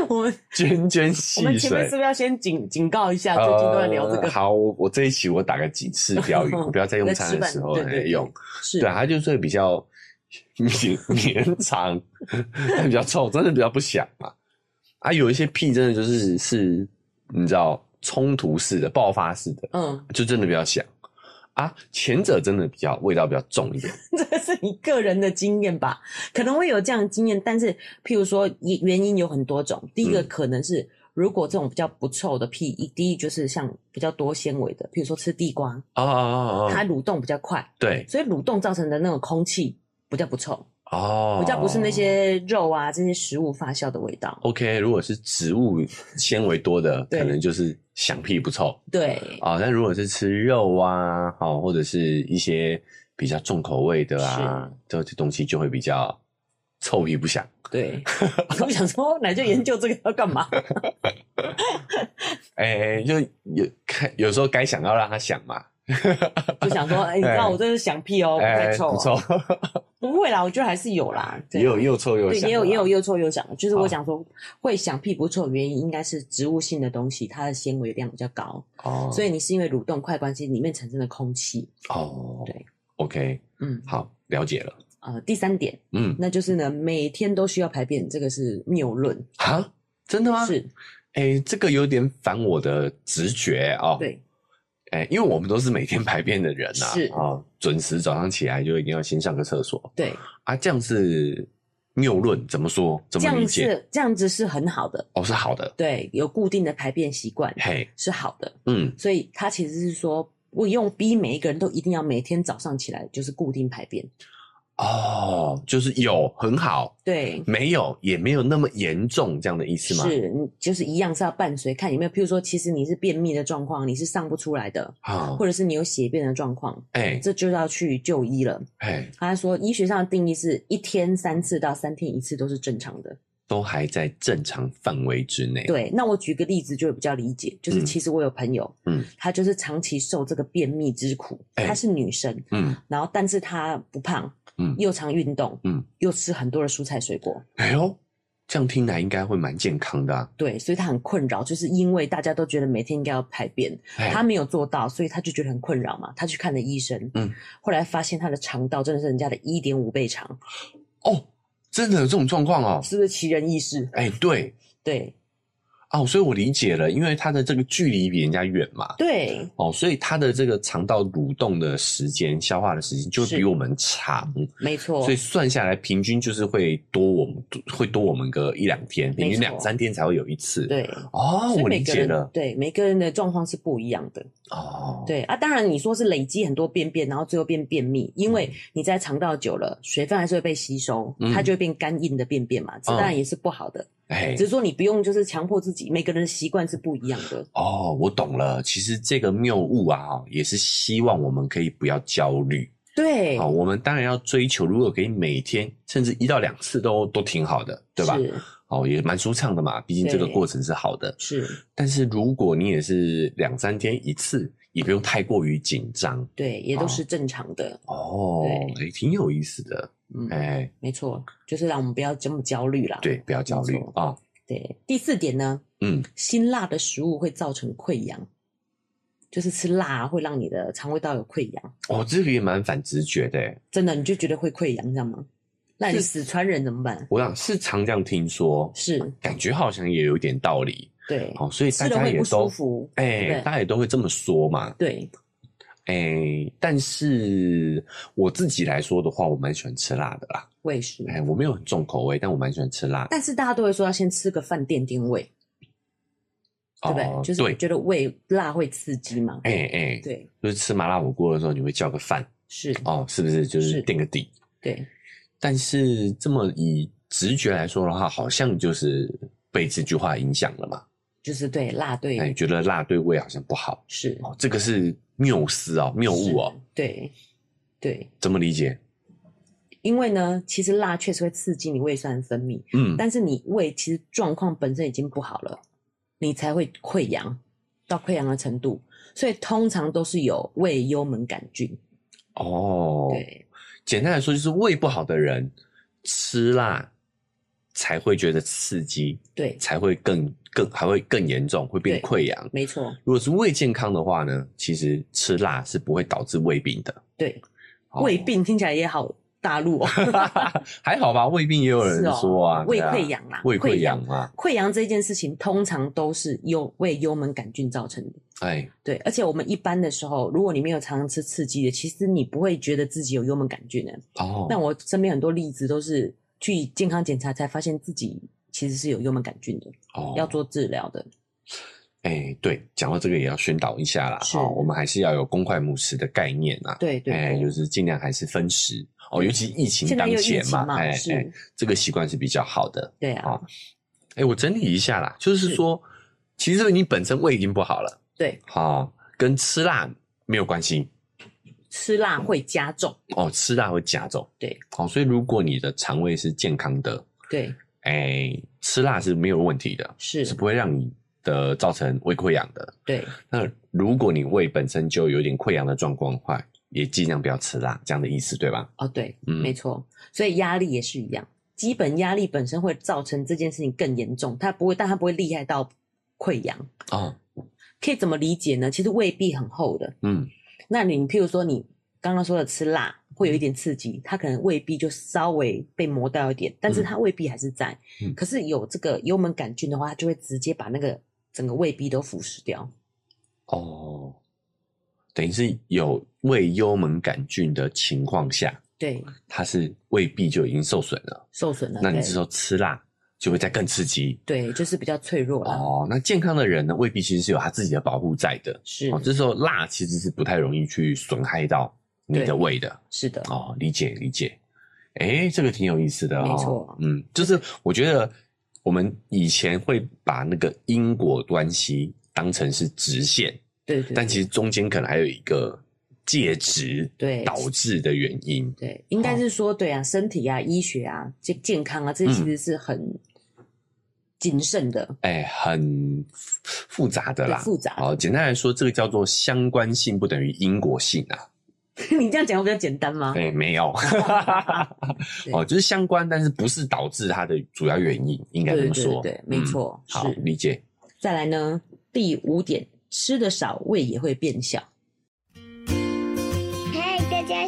[SPEAKER 1] 我们
[SPEAKER 2] 涓涓
[SPEAKER 1] 我
[SPEAKER 2] 细
[SPEAKER 1] 们前面
[SPEAKER 2] 水
[SPEAKER 1] 是。不是要先警警告一下？最近都在聊这个
[SPEAKER 2] 呃，好，我我这一期我打个警示标语，我不要在用
[SPEAKER 1] 在
[SPEAKER 2] 餐
[SPEAKER 1] 吃
[SPEAKER 2] 的
[SPEAKER 1] 饭
[SPEAKER 2] 时 候
[SPEAKER 1] 对
[SPEAKER 2] 来
[SPEAKER 1] 对对
[SPEAKER 2] 用。
[SPEAKER 1] 是
[SPEAKER 2] 对啊，它就是会比较绵 绵长，但比较臭，真的比较不响嘛。啊，有一些屁真的就是是，你知道冲突式的、爆发式的，
[SPEAKER 1] 嗯，
[SPEAKER 2] 就真的比较响。啊，前者真的比较味道比较重一点，
[SPEAKER 1] 这是你个人的经验吧？可能会有这样的经验，但是譬如说原原因有很多种。第一个
[SPEAKER 2] 嗯
[SPEAKER 1] 可能是，如果这种比较不臭的屁，一第一就是像比较多纤维的，譬如说吃地瓜，
[SPEAKER 2] 哦哦哦
[SPEAKER 1] 它
[SPEAKER 2] 哦，
[SPEAKER 1] 蠕动比较快，
[SPEAKER 2] 对，
[SPEAKER 1] 所以蠕动造成的那种空气比较不臭，
[SPEAKER 2] 哦，
[SPEAKER 1] 比较不是那。些肉啊这些食物发酵的味道。
[SPEAKER 2] OK，如果是植物纤维多 的，
[SPEAKER 1] 对
[SPEAKER 2] 可能就是响屁不臭
[SPEAKER 1] 对，
[SPEAKER 2] 啊。但如果是吃肉啊，好、或者是一些比较重口味的啊，这这东西就会比较臭屁不响。
[SPEAKER 1] 对，
[SPEAKER 2] 哦
[SPEAKER 1] 我想说，奶就研究这个要干 嘛？
[SPEAKER 2] 哎、就有看有时候该想要让他想嘛，
[SPEAKER 1] 就想说，哎、你知道我这是想屁哦，不
[SPEAKER 2] 哎、
[SPEAKER 1] 太臭、
[SPEAKER 2] 不
[SPEAKER 1] 哦，
[SPEAKER 2] 臭，
[SPEAKER 1] 不会啦，我觉得还是有啦，对
[SPEAKER 2] 也有又臭又
[SPEAKER 1] 对，
[SPEAKER 2] 响，
[SPEAKER 1] 也有也有，又臭又响的，就是
[SPEAKER 2] 好
[SPEAKER 1] 我想说，会响屁不臭的原因应该是植物性的东西，它的纤维量比较高，
[SPEAKER 2] 哦，
[SPEAKER 1] 所
[SPEAKER 2] 以
[SPEAKER 1] 以你是因为蠕动快关系里面产生的空气。
[SPEAKER 2] 哦，
[SPEAKER 1] 对
[SPEAKER 2] ，OK，
[SPEAKER 1] 嗯，
[SPEAKER 2] 好，了解了，
[SPEAKER 1] 呃，第三点，
[SPEAKER 2] 嗯，
[SPEAKER 1] 那就是呢，每天都需要排便，这个是谬论，
[SPEAKER 2] 哈，真的吗？
[SPEAKER 1] 是
[SPEAKER 2] 哎、这个有点反我的直觉哦，，
[SPEAKER 1] 对，
[SPEAKER 2] 哎、因为我们都是每天排便的人呐、啊，
[SPEAKER 1] 是
[SPEAKER 2] 哦，准时早上起来就一定要先上个厕所
[SPEAKER 1] 对，
[SPEAKER 2] 啊，这样是谬论，怎么说？怎
[SPEAKER 1] 这
[SPEAKER 2] 么理
[SPEAKER 1] 样
[SPEAKER 2] 解？
[SPEAKER 1] 是这样子是很好的，
[SPEAKER 2] 哦，是好的，
[SPEAKER 1] 对，有固定的排便习惯
[SPEAKER 2] 嘿，
[SPEAKER 1] 是好的，
[SPEAKER 2] 嗯，
[SPEAKER 1] 所以它其实是说不用逼每一个人都一定要每天早上起来就是固定排便，
[SPEAKER 2] 哦，就是有很好，
[SPEAKER 1] 对，
[SPEAKER 2] 没有，也没有那么严重，这样的意思吗？
[SPEAKER 1] 是，你就是一样是要伴随看有没有，譬如说，其实你是便秘的状况，你是上不出来的，
[SPEAKER 2] 啊，
[SPEAKER 1] 或者是你有血便的状况，
[SPEAKER 2] 哎
[SPEAKER 1] 这就要去就医了。
[SPEAKER 2] 哎，
[SPEAKER 1] 他说，医学上的定义是一天三次到三天一次都是正常的，
[SPEAKER 2] 都还在正常范围之内。，
[SPEAKER 1] 对，那我举个例子就会比较理解，就是
[SPEAKER 2] 嗯
[SPEAKER 1] 其实我有朋友，
[SPEAKER 2] 嗯
[SPEAKER 1] 她就是长期受这个便秘之苦，
[SPEAKER 2] 哎
[SPEAKER 1] 她是女生，
[SPEAKER 2] 嗯
[SPEAKER 1] 然后但是她不胖，
[SPEAKER 2] 嗯
[SPEAKER 1] 又常运动，
[SPEAKER 2] 嗯，
[SPEAKER 1] 又吃很多的蔬菜水果，
[SPEAKER 2] 哎呦，这样听来应该会蛮健康的啊。
[SPEAKER 1] 对，所以她很困扰，就是因为大家都觉得每天应该要排便，
[SPEAKER 2] 哎
[SPEAKER 1] 她没有做到，所以她就觉得很困扰嘛，她去看了医生，
[SPEAKER 2] 嗯，
[SPEAKER 1] 后来发现她的肠道真的是人家的一点五倍长，
[SPEAKER 2] 哦，真的有这种状况哦。
[SPEAKER 1] 是不是奇人异事？
[SPEAKER 2] 哎，对
[SPEAKER 1] 对
[SPEAKER 2] 哦，所以我理解了，因为他的这个距离比人家远嘛。
[SPEAKER 1] 对，
[SPEAKER 2] 哦，所以他的这个肠道蠕动的时间、消化的时间就是比我们长，
[SPEAKER 1] 没错
[SPEAKER 2] 所以，算下来平均就是会多我们会多我们个一两天，平
[SPEAKER 1] 没
[SPEAKER 2] 均
[SPEAKER 1] 错
[SPEAKER 2] 两三天才会有一次。，
[SPEAKER 1] 对。
[SPEAKER 2] 哦，
[SPEAKER 1] 所以
[SPEAKER 2] 我
[SPEAKER 1] 每
[SPEAKER 2] 理
[SPEAKER 1] 个
[SPEAKER 2] 解
[SPEAKER 1] 人
[SPEAKER 2] 了。
[SPEAKER 1] 对每个人的状况是不一样的。
[SPEAKER 2] 哦，，
[SPEAKER 1] 对啊，当然你说是累积很多便便，然后最后变便秘，因为你在肠道久了，水分还是会被吸收，
[SPEAKER 2] 嗯
[SPEAKER 1] 它就会变干硬的便便嘛，这当然也是不好的。
[SPEAKER 2] 哎
[SPEAKER 1] 只，是说你不用就是强迫自己，每个人的习惯是不一样的。
[SPEAKER 2] 哦，我懂了。其实这个谬误啊，哦也是希望我们可以不要焦虑。
[SPEAKER 1] 对，
[SPEAKER 2] 好，我们当然要追求，如果可以每天甚至一到两次都都挺好的，对吧？
[SPEAKER 1] 是
[SPEAKER 2] 哦，也蛮舒畅的嘛，毕竟这个
[SPEAKER 1] 对
[SPEAKER 2] 过程是好的。
[SPEAKER 1] 是，
[SPEAKER 2] 但是如果你也是两三天一次，也不用太过于紧张
[SPEAKER 1] 对，也都是正常的。
[SPEAKER 2] 哦。哎、
[SPEAKER 1] 对
[SPEAKER 2] 挺有意思的。哎、
[SPEAKER 1] 嗯，没错，就是让我们不要这么焦虑啦。
[SPEAKER 2] 对，不要焦虑
[SPEAKER 1] 没错
[SPEAKER 2] 啊、
[SPEAKER 1] 对，第四点呢，
[SPEAKER 2] 嗯，
[SPEAKER 1] 辛辣的食物会造成溃疡，就是吃辣啊会让你的肠胃道有溃疡。
[SPEAKER 2] 哦，这个也蛮反直觉的欸。
[SPEAKER 1] 真的你就觉得会溃疡，你知道吗？那你四川人怎么办？
[SPEAKER 2] 我想是常这样听说，
[SPEAKER 1] 是
[SPEAKER 2] 感觉好像也有一点道理。
[SPEAKER 1] 对，
[SPEAKER 2] 好、哦所以大
[SPEAKER 1] 吃了
[SPEAKER 2] 家
[SPEAKER 1] 会
[SPEAKER 2] 也
[SPEAKER 1] 不
[SPEAKER 2] 都
[SPEAKER 1] 舒服。
[SPEAKER 2] 哎、
[SPEAKER 1] 对
[SPEAKER 2] 大家也都会这么说嘛。
[SPEAKER 1] 对，
[SPEAKER 2] 哎、但是我自己来说的话，我蛮喜欢吃辣的啦。
[SPEAKER 1] 我也是。
[SPEAKER 2] 哎、我没有很重口味，但我蛮喜欢吃辣。
[SPEAKER 1] 但是大家都会说要先吃个饭店定位，对不
[SPEAKER 2] 哦
[SPEAKER 1] 对？就是
[SPEAKER 2] 对，
[SPEAKER 1] 觉得胃辣会刺激嘛。
[SPEAKER 2] 哎、哎、
[SPEAKER 1] 对，
[SPEAKER 2] 就是吃麻辣火锅的时候，你会叫个饭
[SPEAKER 1] 是，
[SPEAKER 2] 哦，是不是？就是
[SPEAKER 1] 是
[SPEAKER 2] 垫个底。
[SPEAKER 1] 对，
[SPEAKER 2] 但是这么以直觉来说的话，好像就是被这句话影响了嘛。
[SPEAKER 1] 就是对辣对、
[SPEAKER 2] 哎、觉得辣对胃好像不好
[SPEAKER 1] 是
[SPEAKER 2] 哦，这个是谬思哦，谬误哦
[SPEAKER 1] 是，对对，
[SPEAKER 2] 怎么理解？
[SPEAKER 1] 因为呢，其实辣确实会刺激你胃酸分泌，
[SPEAKER 2] 嗯，
[SPEAKER 1] 但是你胃其实状况本身已经不好了，你才会溃疡到溃疡的程度，所以通常都是有胃幽门杆菌。
[SPEAKER 2] 哦，
[SPEAKER 1] 对，
[SPEAKER 2] 简单来说就是胃不好的人吃辣才会觉得刺激，
[SPEAKER 1] 对，
[SPEAKER 2] 才会更更还会更严重，会变
[SPEAKER 1] 对
[SPEAKER 2] 溃疡。
[SPEAKER 1] 没错，
[SPEAKER 2] 如果是胃健康的话呢，其实吃辣是不会导致胃病的。
[SPEAKER 1] 对，
[SPEAKER 2] 哦
[SPEAKER 1] 胃，病听起来也好大陆哦，
[SPEAKER 2] 还好吧？胃病也 有人
[SPEAKER 1] 是哦
[SPEAKER 2] 说啊，
[SPEAKER 1] 胃
[SPEAKER 2] 对啊
[SPEAKER 1] 溃疡啦
[SPEAKER 2] 胃溃
[SPEAKER 1] 溃
[SPEAKER 2] 疡啊
[SPEAKER 1] 疡
[SPEAKER 2] 嘛，
[SPEAKER 1] 溃疡这件事情通常都是幽胃幽门杆菌造成的。
[SPEAKER 2] 哎，
[SPEAKER 1] 对，而且我们一般的时候，如果你没有常常吃刺激的，其实你不会觉得自己有幽门杆菌的。
[SPEAKER 2] 哦，
[SPEAKER 1] 但我身边很多例子都是去健康检查才发现自己其实是有幽门杆菌的，
[SPEAKER 2] 哦
[SPEAKER 1] 要做治疗的。
[SPEAKER 2] 哎，对，讲到这个也要宣导一下啦，
[SPEAKER 1] 是
[SPEAKER 2] 哈、我们还是要有公筷母匙的概念啊，
[SPEAKER 1] 对对
[SPEAKER 2] 哎，
[SPEAKER 1] 对，
[SPEAKER 2] 就是尽量还是分食哦，
[SPEAKER 1] 对
[SPEAKER 2] 尤其疫情
[SPEAKER 1] 现在
[SPEAKER 2] 当
[SPEAKER 1] 又疫
[SPEAKER 2] 前
[SPEAKER 1] 情
[SPEAKER 2] 嘛，
[SPEAKER 1] 嘛，
[SPEAKER 2] 哎
[SPEAKER 1] 是，
[SPEAKER 2] 哎，这个习惯是比较好的。
[SPEAKER 1] 对啊，
[SPEAKER 2] 好哎，我整理一下啦，就是
[SPEAKER 1] 是
[SPEAKER 2] 说，其实你本身胃已经不好了，
[SPEAKER 1] 对，
[SPEAKER 2] 好、跟吃辣没有关系
[SPEAKER 1] 吃辣会加重，
[SPEAKER 2] 哦，吃辣会加重，
[SPEAKER 1] 对，
[SPEAKER 2] 好、所以如果你的肠胃是健康的，
[SPEAKER 1] 对，
[SPEAKER 2] 哎，吃辣是没有问题的，
[SPEAKER 1] 是
[SPEAKER 2] 是，不会让你的造成胃溃疡的。
[SPEAKER 1] 对，
[SPEAKER 2] 那如果你胃本身就有点溃疡的状况的话，也尽量不要吃辣，这样的意思对吧？
[SPEAKER 1] 哦，对，
[SPEAKER 2] 嗯
[SPEAKER 1] 没错，所以压力也是一样，基本压力本身会造成这件事情更严重，它不会，但它不会厉害到溃疡。
[SPEAKER 2] 哦，
[SPEAKER 1] 可以怎么理解呢？其实胃壁很厚的，
[SPEAKER 2] 嗯，
[SPEAKER 1] 那你譬如说你刚刚说的吃辣会有一点刺激，它可能胃壁就稍微被磨掉一点，但是它胃壁还是在。
[SPEAKER 2] 嗯
[SPEAKER 1] 可是有这个幽门杆菌的话，它就会直接把那个整个胃壁都腐蚀掉。
[SPEAKER 2] 哦，等于是有胃幽门杆菌的情况下，
[SPEAKER 1] 对，
[SPEAKER 2] 它是胃壁就已经受损了，
[SPEAKER 1] 受损了。
[SPEAKER 2] 那你
[SPEAKER 1] 对
[SPEAKER 2] 这时候吃辣就会再更刺激。
[SPEAKER 1] 对，就是比较脆弱了。
[SPEAKER 2] 哦，那健康的人呢，胃壁其实是有他自己的保护在的。
[SPEAKER 1] 是
[SPEAKER 2] 哦，这时候辣其实是不太容易去损害到你的
[SPEAKER 1] 对
[SPEAKER 2] 胃的。
[SPEAKER 1] 是的，
[SPEAKER 2] 哦，理解理解。哎，这个挺有意思的、哦，
[SPEAKER 1] 没错
[SPEAKER 2] 嗯，就是我觉得我们以前会把那个因果关系当成是直线，
[SPEAKER 1] 对对。
[SPEAKER 2] 但其实中间可能还有一个介质
[SPEAKER 1] 对
[SPEAKER 2] 导致的原因。
[SPEAKER 1] 对，应该
[SPEAKER 2] 哦嗯
[SPEAKER 1] 是说对啊，身体啊、医学啊、健健康啊，这些其实是很、谨慎的，
[SPEAKER 2] 哎，很复复杂的
[SPEAKER 1] 对
[SPEAKER 2] 啦。
[SPEAKER 1] 复杂的。
[SPEAKER 2] 好，简单来说，这个叫做相关性不等于因果性啊。
[SPEAKER 1] 你这样讲会比较简单吗？
[SPEAKER 2] 哎、没有，
[SPEAKER 1] 对
[SPEAKER 2] 哦，就是相关，但是不是导致它的主要原因，应该这
[SPEAKER 1] 对
[SPEAKER 2] 么
[SPEAKER 1] 对
[SPEAKER 2] 说。
[SPEAKER 1] 对对没错
[SPEAKER 2] 嗯好，
[SPEAKER 1] 是
[SPEAKER 2] 理解。
[SPEAKER 1] 再来呢，第五点，吃的少，胃也会变小。
[SPEAKER 3] 嗨，大家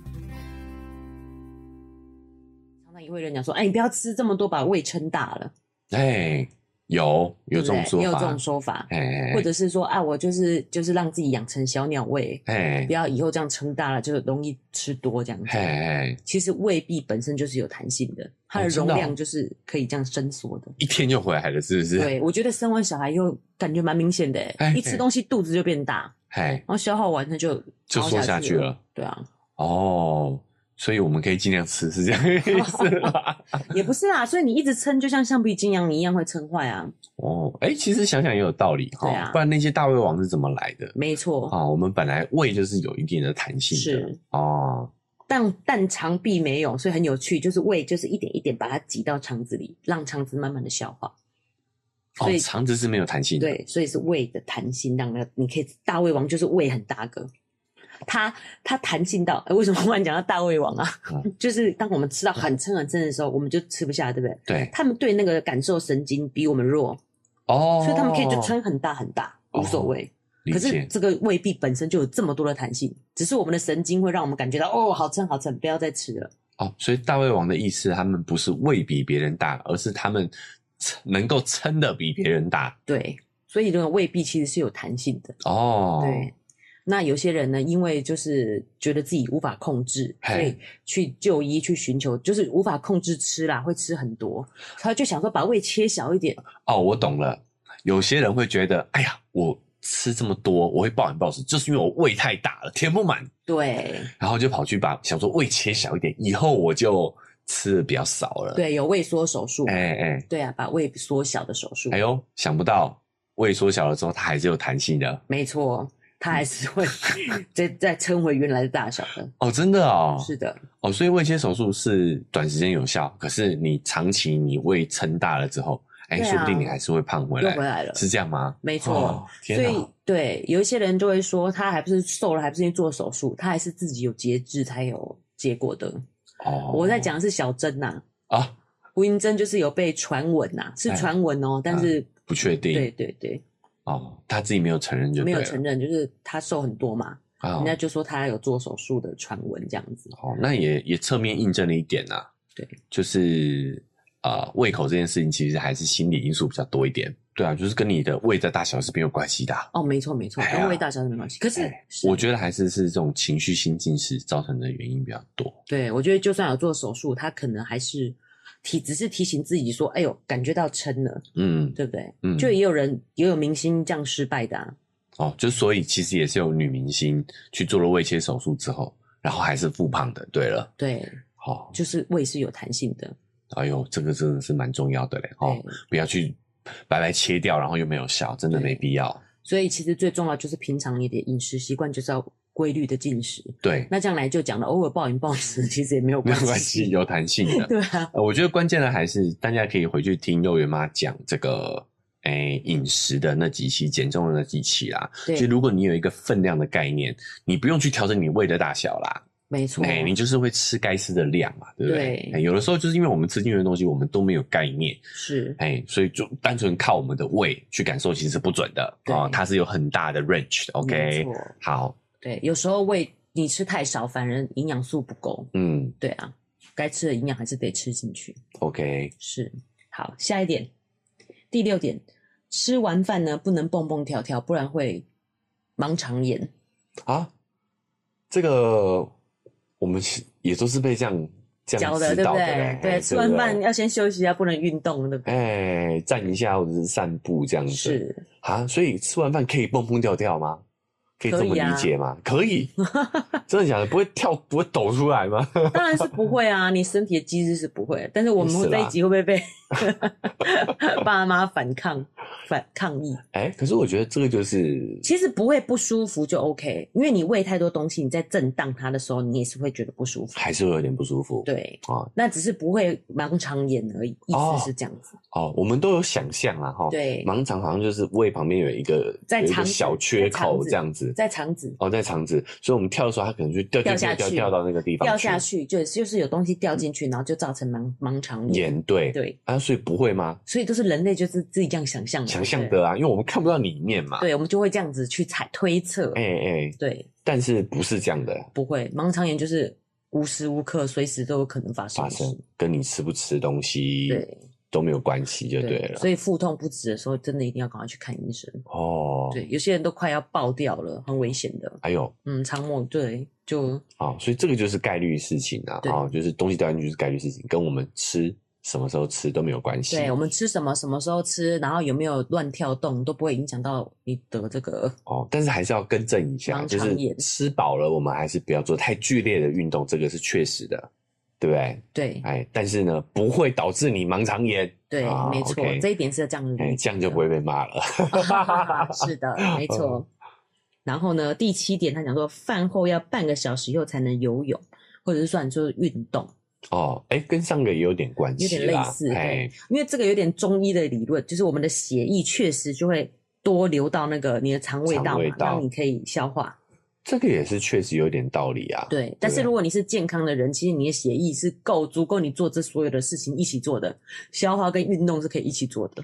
[SPEAKER 1] 常常也会有人讲说：“哎，你不要吃这么多，把胃撑大了。
[SPEAKER 2] 哎，有有
[SPEAKER 1] 对
[SPEAKER 2] 这
[SPEAKER 1] 不对”
[SPEAKER 2] 种说
[SPEAKER 1] 也有这
[SPEAKER 2] 法
[SPEAKER 1] 种，说法，
[SPEAKER 2] 哎
[SPEAKER 1] 或者是说啊，我就是就是让自己养成小鸟胃，
[SPEAKER 2] 哎
[SPEAKER 1] 不要以后这样撑大了就容易吃多这样子。
[SPEAKER 2] 哎，
[SPEAKER 1] 其实胃壁本身就是有弹性的，它的
[SPEAKER 2] 哦真
[SPEAKER 1] 容
[SPEAKER 2] 的哦
[SPEAKER 1] 量就是可以这样伸缩的。
[SPEAKER 2] 一天就回来了，是不是？，
[SPEAKER 1] 对，我觉得生完小孩以后感觉蛮明显的欸，
[SPEAKER 2] 哎
[SPEAKER 1] 一吃东西肚子就变大，
[SPEAKER 2] 哎
[SPEAKER 1] 然，后消耗完它就
[SPEAKER 2] 就
[SPEAKER 1] 凹
[SPEAKER 2] 缩
[SPEAKER 1] 下
[SPEAKER 2] 下去了。
[SPEAKER 1] 对啊，
[SPEAKER 2] 哦，所以我们可以尽量吃，是这样的意思 啦。
[SPEAKER 1] 也不是啦，所以你一直撑，就像橡皮筋一样，你一样会撑坏啊。
[SPEAKER 2] 哦，哎，其实想想也有道理哈、
[SPEAKER 1] 对啊嗯
[SPEAKER 2] 不然那些大胃王是怎么来的？
[SPEAKER 1] 没错，
[SPEAKER 2] 啊、我们本来胃就是有一定的弹性的
[SPEAKER 1] 是
[SPEAKER 2] 哦，
[SPEAKER 1] 但但肠壁没有，所以很有趣，就是胃就是一点一点把它挤到肠子里，让肠子慢慢的消化。所
[SPEAKER 2] 哦
[SPEAKER 1] 以，
[SPEAKER 2] 肠子是没有弹性的，
[SPEAKER 1] 对，所以是胃的弹性让那个你可以大胃王就是胃很大个，它它弹性到、呃为什么忽然讲到大胃王啊？
[SPEAKER 2] 嗯
[SPEAKER 1] 就是当我们吃到很撑很撑的时候，我们就吃不下，对不对？
[SPEAKER 2] 对
[SPEAKER 1] 他们对那个感受神经比我们弱，
[SPEAKER 2] 哦，
[SPEAKER 1] 所以他们可以就撑很大很大，
[SPEAKER 2] 哦
[SPEAKER 1] 无所谓。
[SPEAKER 2] 理
[SPEAKER 1] 可是
[SPEAKER 2] 解
[SPEAKER 1] 这个胃壁本身就有这么多的弹性，只是我们的神经会让我们感觉到哦，好撑好撑，不要再吃了。
[SPEAKER 2] 哦，所以大胃王的意思，他们不是胃比别人大，而是他们撑能够撑的比别人大
[SPEAKER 1] 对，所以这个胃壁其实是有弹性的。
[SPEAKER 2] 哦，
[SPEAKER 1] 对，那有些人呢，因为就是觉得自己无法控制，
[SPEAKER 2] 嘿
[SPEAKER 1] 所以去就医去寻求，就是无法控制吃啦，会吃很多，他就想说把胃切小一点，
[SPEAKER 2] 哦，我懂了，有些人会觉得，哎呀，我吃这么多，我会暴饮暴食，就是因为我胃太大了，填不满，
[SPEAKER 1] 对
[SPEAKER 2] 然后就跑去把想说胃切小一点，以后我就吃的比较少了，，
[SPEAKER 1] 对，有胃缩手术，
[SPEAKER 2] 哎哎，
[SPEAKER 1] 对啊，把胃缩小的手术，
[SPEAKER 2] 哎呦，想不到胃缩小了之后，它还是有弹性的。
[SPEAKER 1] 没错，它还是会 再再撑回原来的大小的。
[SPEAKER 2] 哦，真的哦，
[SPEAKER 1] 是的，
[SPEAKER 2] 哦，所以胃切手术是短时间有效，可是你长期你胃撑大了之后，哎、
[SPEAKER 1] 对啊
[SPEAKER 2] 说不定你还是会胖回
[SPEAKER 1] 又
[SPEAKER 2] 来，
[SPEAKER 1] 回来了，
[SPEAKER 2] 是这样吗？
[SPEAKER 1] 没错。
[SPEAKER 2] 哦
[SPEAKER 1] 所
[SPEAKER 2] 天
[SPEAKER 1] 以
[SPEAKER 2] 哪！
[SPEAKER 1] 对，有一些人就会说，他还不是瘦了，还不是因为做手术，他还是自己有节制才有结果的。
[SPEAKER 2] 哦，
[SPEAKER 1] 我在讲的是小珍呐、
[SPEAKER 2] 啊，
[SPEAKER 1] 胡银珍就是有被传闻呐、是
[SPEAKER 2] 哎
[SPEAKER 1] 传闻哦，但是、
[SPEAKER 2] 不确定，
[SPEAKER 1] 对对对，
[SPEAKER 2] 哦，他自己没有承认就
[SPEAKER 1] 没
[SPEAKER 2] 对
[SPEAKER 1] 有
[SPEAKER 2] 了，
[SPEAKER 1] 承认，就是他瘦很多嘛，
[SPEAKER 2] 啊、
[SPEAKER 1] 人家就说他有做手术的传闻这样子。
[SPEAKER 2] 哦，那也也侧面印证了一点呐、啊
[SPEAKER 1] 对，
[SPEAKER 2] 就是啊、呃胃口这件事情其实还是心理因素比较多一点，对啊，就是跟你的胃的大小是没有关系的啊、
[SPEAKER 1] 哦，没错没错，
[SPEAKER 2] 哎呀
[SPEAKER 1] 跟胃大小是没关系。可是
[SPEAKER 2] 哎我觉得还是是这种情绪性近视造成的原因比较多。
[SPEAKER 1] 对，我觉得就算有做手术，他可能还是提，只是提醒自己说，哎呦，感觉到撑了，
[SPEAKER 2] 嗯，
[SPEAKER 1] 对不对？
[SPEAKER 2] 嗯
[SPEAKER 1] 就也有人也有明星这样失败的、啊，
[SPEAKER 2] 哦，就所以其实也是有女明星去做了胃切手术之后，然后还是复胖的。对了，
[SPEAKER 1] 对，
[SPEAKER 2] 好、哦，
[SPEAKER 1] 就是胃是有弹性的，
[SPEAKER 2] 哎呦，这个真的是蛮重要的嘞，哦
[SPEAKER 1] 对，
[SPEAKER 2] 不要去白白切掉，然后又没有效，真的
[SPEAKER 1] 对
[SPEAKER 2] 没必要。
[SPEAKER 1] 所以其实最重要就是平常你的饮食习惯就是要规律的进食。
[SPEAKER 2] 对，
[SPEAKER 1] 那这样来就讲了，偶尔暴饮暴食其实也没有
[SPEAKER 2] 没
[SPEAKER 1] 关
[SPEAKER 2] 有
[SPEAKER 1] 系，
[SPEAKER 2] 关系，有弹性的。
[SPEAKER 1] 对啊，
[SPEAKER 2] 呃我觉得关键的还是大家可以回去听肉圆妈讲这个。哎，饮食的那几期，减重的那几期啦，
[SPEAKER 1] 对
[SPEAKER 2] 就，如果你有一个分量的概念，你不用去调整你胃的大小啦，
[SPEAKER 1] 没错，
[SPEAKER 2] 哎、你就是会吃该吃的量嘛，对不对？
[SPEAKER 1] 对
[SPEAKER 2] 哎有的时候就是因为我们吃进去的东西，我们都没有概念，
[SPEAKER 1] 是
[SPEAKER 2] 哎、所以就单纯靠我们的胃去感受，其实是不准的
[SPEAKER 1] 对
[SPEAKER 2] 哦，它是有很大的 range 的。
[SPEAKER 1] 没
[SPEAKER 2] OK，
[SPEAKER 1] 错，
[SPEAKER 2] 好，
[SPEAKER 1] 对，有时候胃你吃太少，反而营养素不够，
[SPEAKER 2] 嗯
[SPEAKER 1] 对啊，该吃的营养还是得吃进去。
[SPEAKER 2] ，OK，
[SPEAKER 1] 是，好，下一点，第六点，吃完饭呢不能蹦蹦跳跳，不然会盲肠炎。
[SPEAKER 2] 啊，这个我们也都是被这样这样
[SPEAKER 1] 脚的，
[SPEAKER 2] 知
[SPEAKER 1] 对不
[SPEAKER 2] 道的
[SPEAKER 1] 对
[SPEAKER 2] 嘞？
[SPEAKER 1] 对，
[SPEAKER 2] 哎
[SPEAKER 1] 吃完
[SPEAKER 2] 不
[SPEAKER 1] 饭要先休息一下，不能运动，对不对？
[SPEAKER 2] 哎站一下或者是散步这样子。
[SPEAKER 1] 是，
[SPEAKER 2] 啊，所以吃完饭可以蹦蹦跳跳吗？可以这么
[SPEAKER 1] 可以啊
[SPEAKER 2] 理解吗？可以， 真的假的？不会跳，不会抖出来吗？
[SPEAKER 1] 当然是不会啊，你身体的机制是不会，但是我们
[SPEAKER 2] 是
[SPEAKER 1] 会
[SPEAKER 2] 啦
[SPEAKER 1] 这一集会不会被 爸妈反抗、反抗议？
[SPEAKER 2] 哎、可是我觉得这个就是
[SPEAKER 1] 其实不会不舒服就 OK，因为你喂太多东西，你在震荡它的时候，你也是会觉得不舒服。
[SPEAKER 2] 还是会有点不舒服。
[SPEAKER 1] 对，
[SPEAKER 2] 啊，
[SPEAKER 1] 那只是不会盲肠炎而已，意
[SPEAKER 2] 哦
[SPEAKER 1] 思是这样子。
[SPEAKER 2] 哦，我们都有想象啦，哈。
[SPEAKER 1] 对
[SPEAKER 2] 盲肠好像就是胃旁边有一个
[SPEAKER 1] 在
[SPEAKER 2] 有一
[SPEAKER 1] 肠
[SPEAKER 2] 个
[SPEAKER 1] 子
[SPEAKER 2] 小缺口这样子。
[SPEAKER 1] 在肠子
[SPEAKER 2] 哦，在肠子，所以我们跳的时候，它可能就掉
[SPEAKER 1] 掉
[SPEAKER 2] 掉
[SPEAKER 1] 下
[SPEAKER 2] 掉
[SPEAKER 1] 去
[SPEAKER 2] 掉到那个地方
[SPEAKER 1] 掉下去，就就是有东西掉进去，然后就造成盲盲肠炎。
[SPEAKER 2] 眼对
[SPEAKER 1] 对，
[SPEAKER 2] 啊，所以不会吗？
[SPEAKER 1] 所以都是人类就是自己这样想象的，
[SPEAKER 2] 想象
[SPEAKER 1] 对不
[SPEAKER 2] 的啊，因为我们看不到里面嘛。
[SPEAKER 1] 对，对我们就会这样子去猜推测。
[SPEAKER 2] 哎哎，
[SPEAKER 1] 对，
[SPEAKER 2] 但是不是这样的
[SPEAKER 1] 不会，盲肠炎就是无时无刻、随时都有可能发生
[SPEAKER 2] 发
[SPEAKER 1] 的事。
[SPEAKER 2] 生，跟你吃不吃东西
[SPEAKER 1] 对
[SPEAKER 2] 都没有关系，就对了。
[SPEAKER 1] 所以腹痛不止的时候，真的一定要赶快去看医生。
[SPEAKER 2] 哦，
[SPEAKER 1] 对，有些人都快要爆掉了，很危险的。
[SPEAKER 2] 哎呦，
[SPEAKER 1] 嗯，肠膜对，就
[SPEAKER 2] 啊，所以这个就是概率事情啊，
[SPEAKER 1] 对
[SPEAKER 2] 啊，就是东西掉进去就是概率事情，跟我们吃什么时候吃都没有关系。
[SPEAKER 1] 对我们吃什么、什么时候吃，然后有没有乱跳动，都不会影响到你得这个。
[SPEAKER 2] 哦，但是还是要更正一下，
[SPEAKER 1] 盲
[SPEAKER 2] 就
[SPEAKER 1] 肠
[SPEAKER 2] 是
[SPEAKER 1] 炎
[SPEAKER 2] 吃饱了，我们还是不要做太剧烈的运动，这个是确实的，对不对？
[SPEAKER 1] 对
[SPEAKER 2] 哎，但是呢，不会导致你盲肠炎。
[SPEAKER 1] 对，
[SPEAKER 2] 啊
[SPEAKER 1] 没错
[SPEAKER 2] OK
[SPEAKER 1] 这一点是这样理
[SPEAKER 2] 哎，
[SPEAKER 1] 解
[SPEAKER 2] 这样就不会嗯被骂了。
[SPEAKER 1] 的。 是的，没错。然后呢，第七点他讲说，饭后要半个小时以后才能游泳，或者是算就是运动。
[SPEAKER 2] 哦，哎，跟上个也有点关
[SPEAKER 1] 有
[SPEAKER 2] 系
[SPEAKER 1] 点类
[SPEAKER 2] 啦。
[SPEAKER 1] 似，
[SPEAKER 2] 哎
[SPEAKER 1] 对，，因为这个有点中医的理论，就是我们的血液确实就会多流到那个你的肠胃道
[SPEAKER 2] 肠胃
[SPEAKER 1] 嘛，
[SPEAKER 2] 道
[SPEAKER 1] 让你可以消化。
[SPEAKER 2] 这个也是确实有点道理啊。
[SPEAKER 1] 对，但是如果你是健康的人，其实你的血液是够足够你做这所有的事情一起做的，消化跟运动是可以一起做的。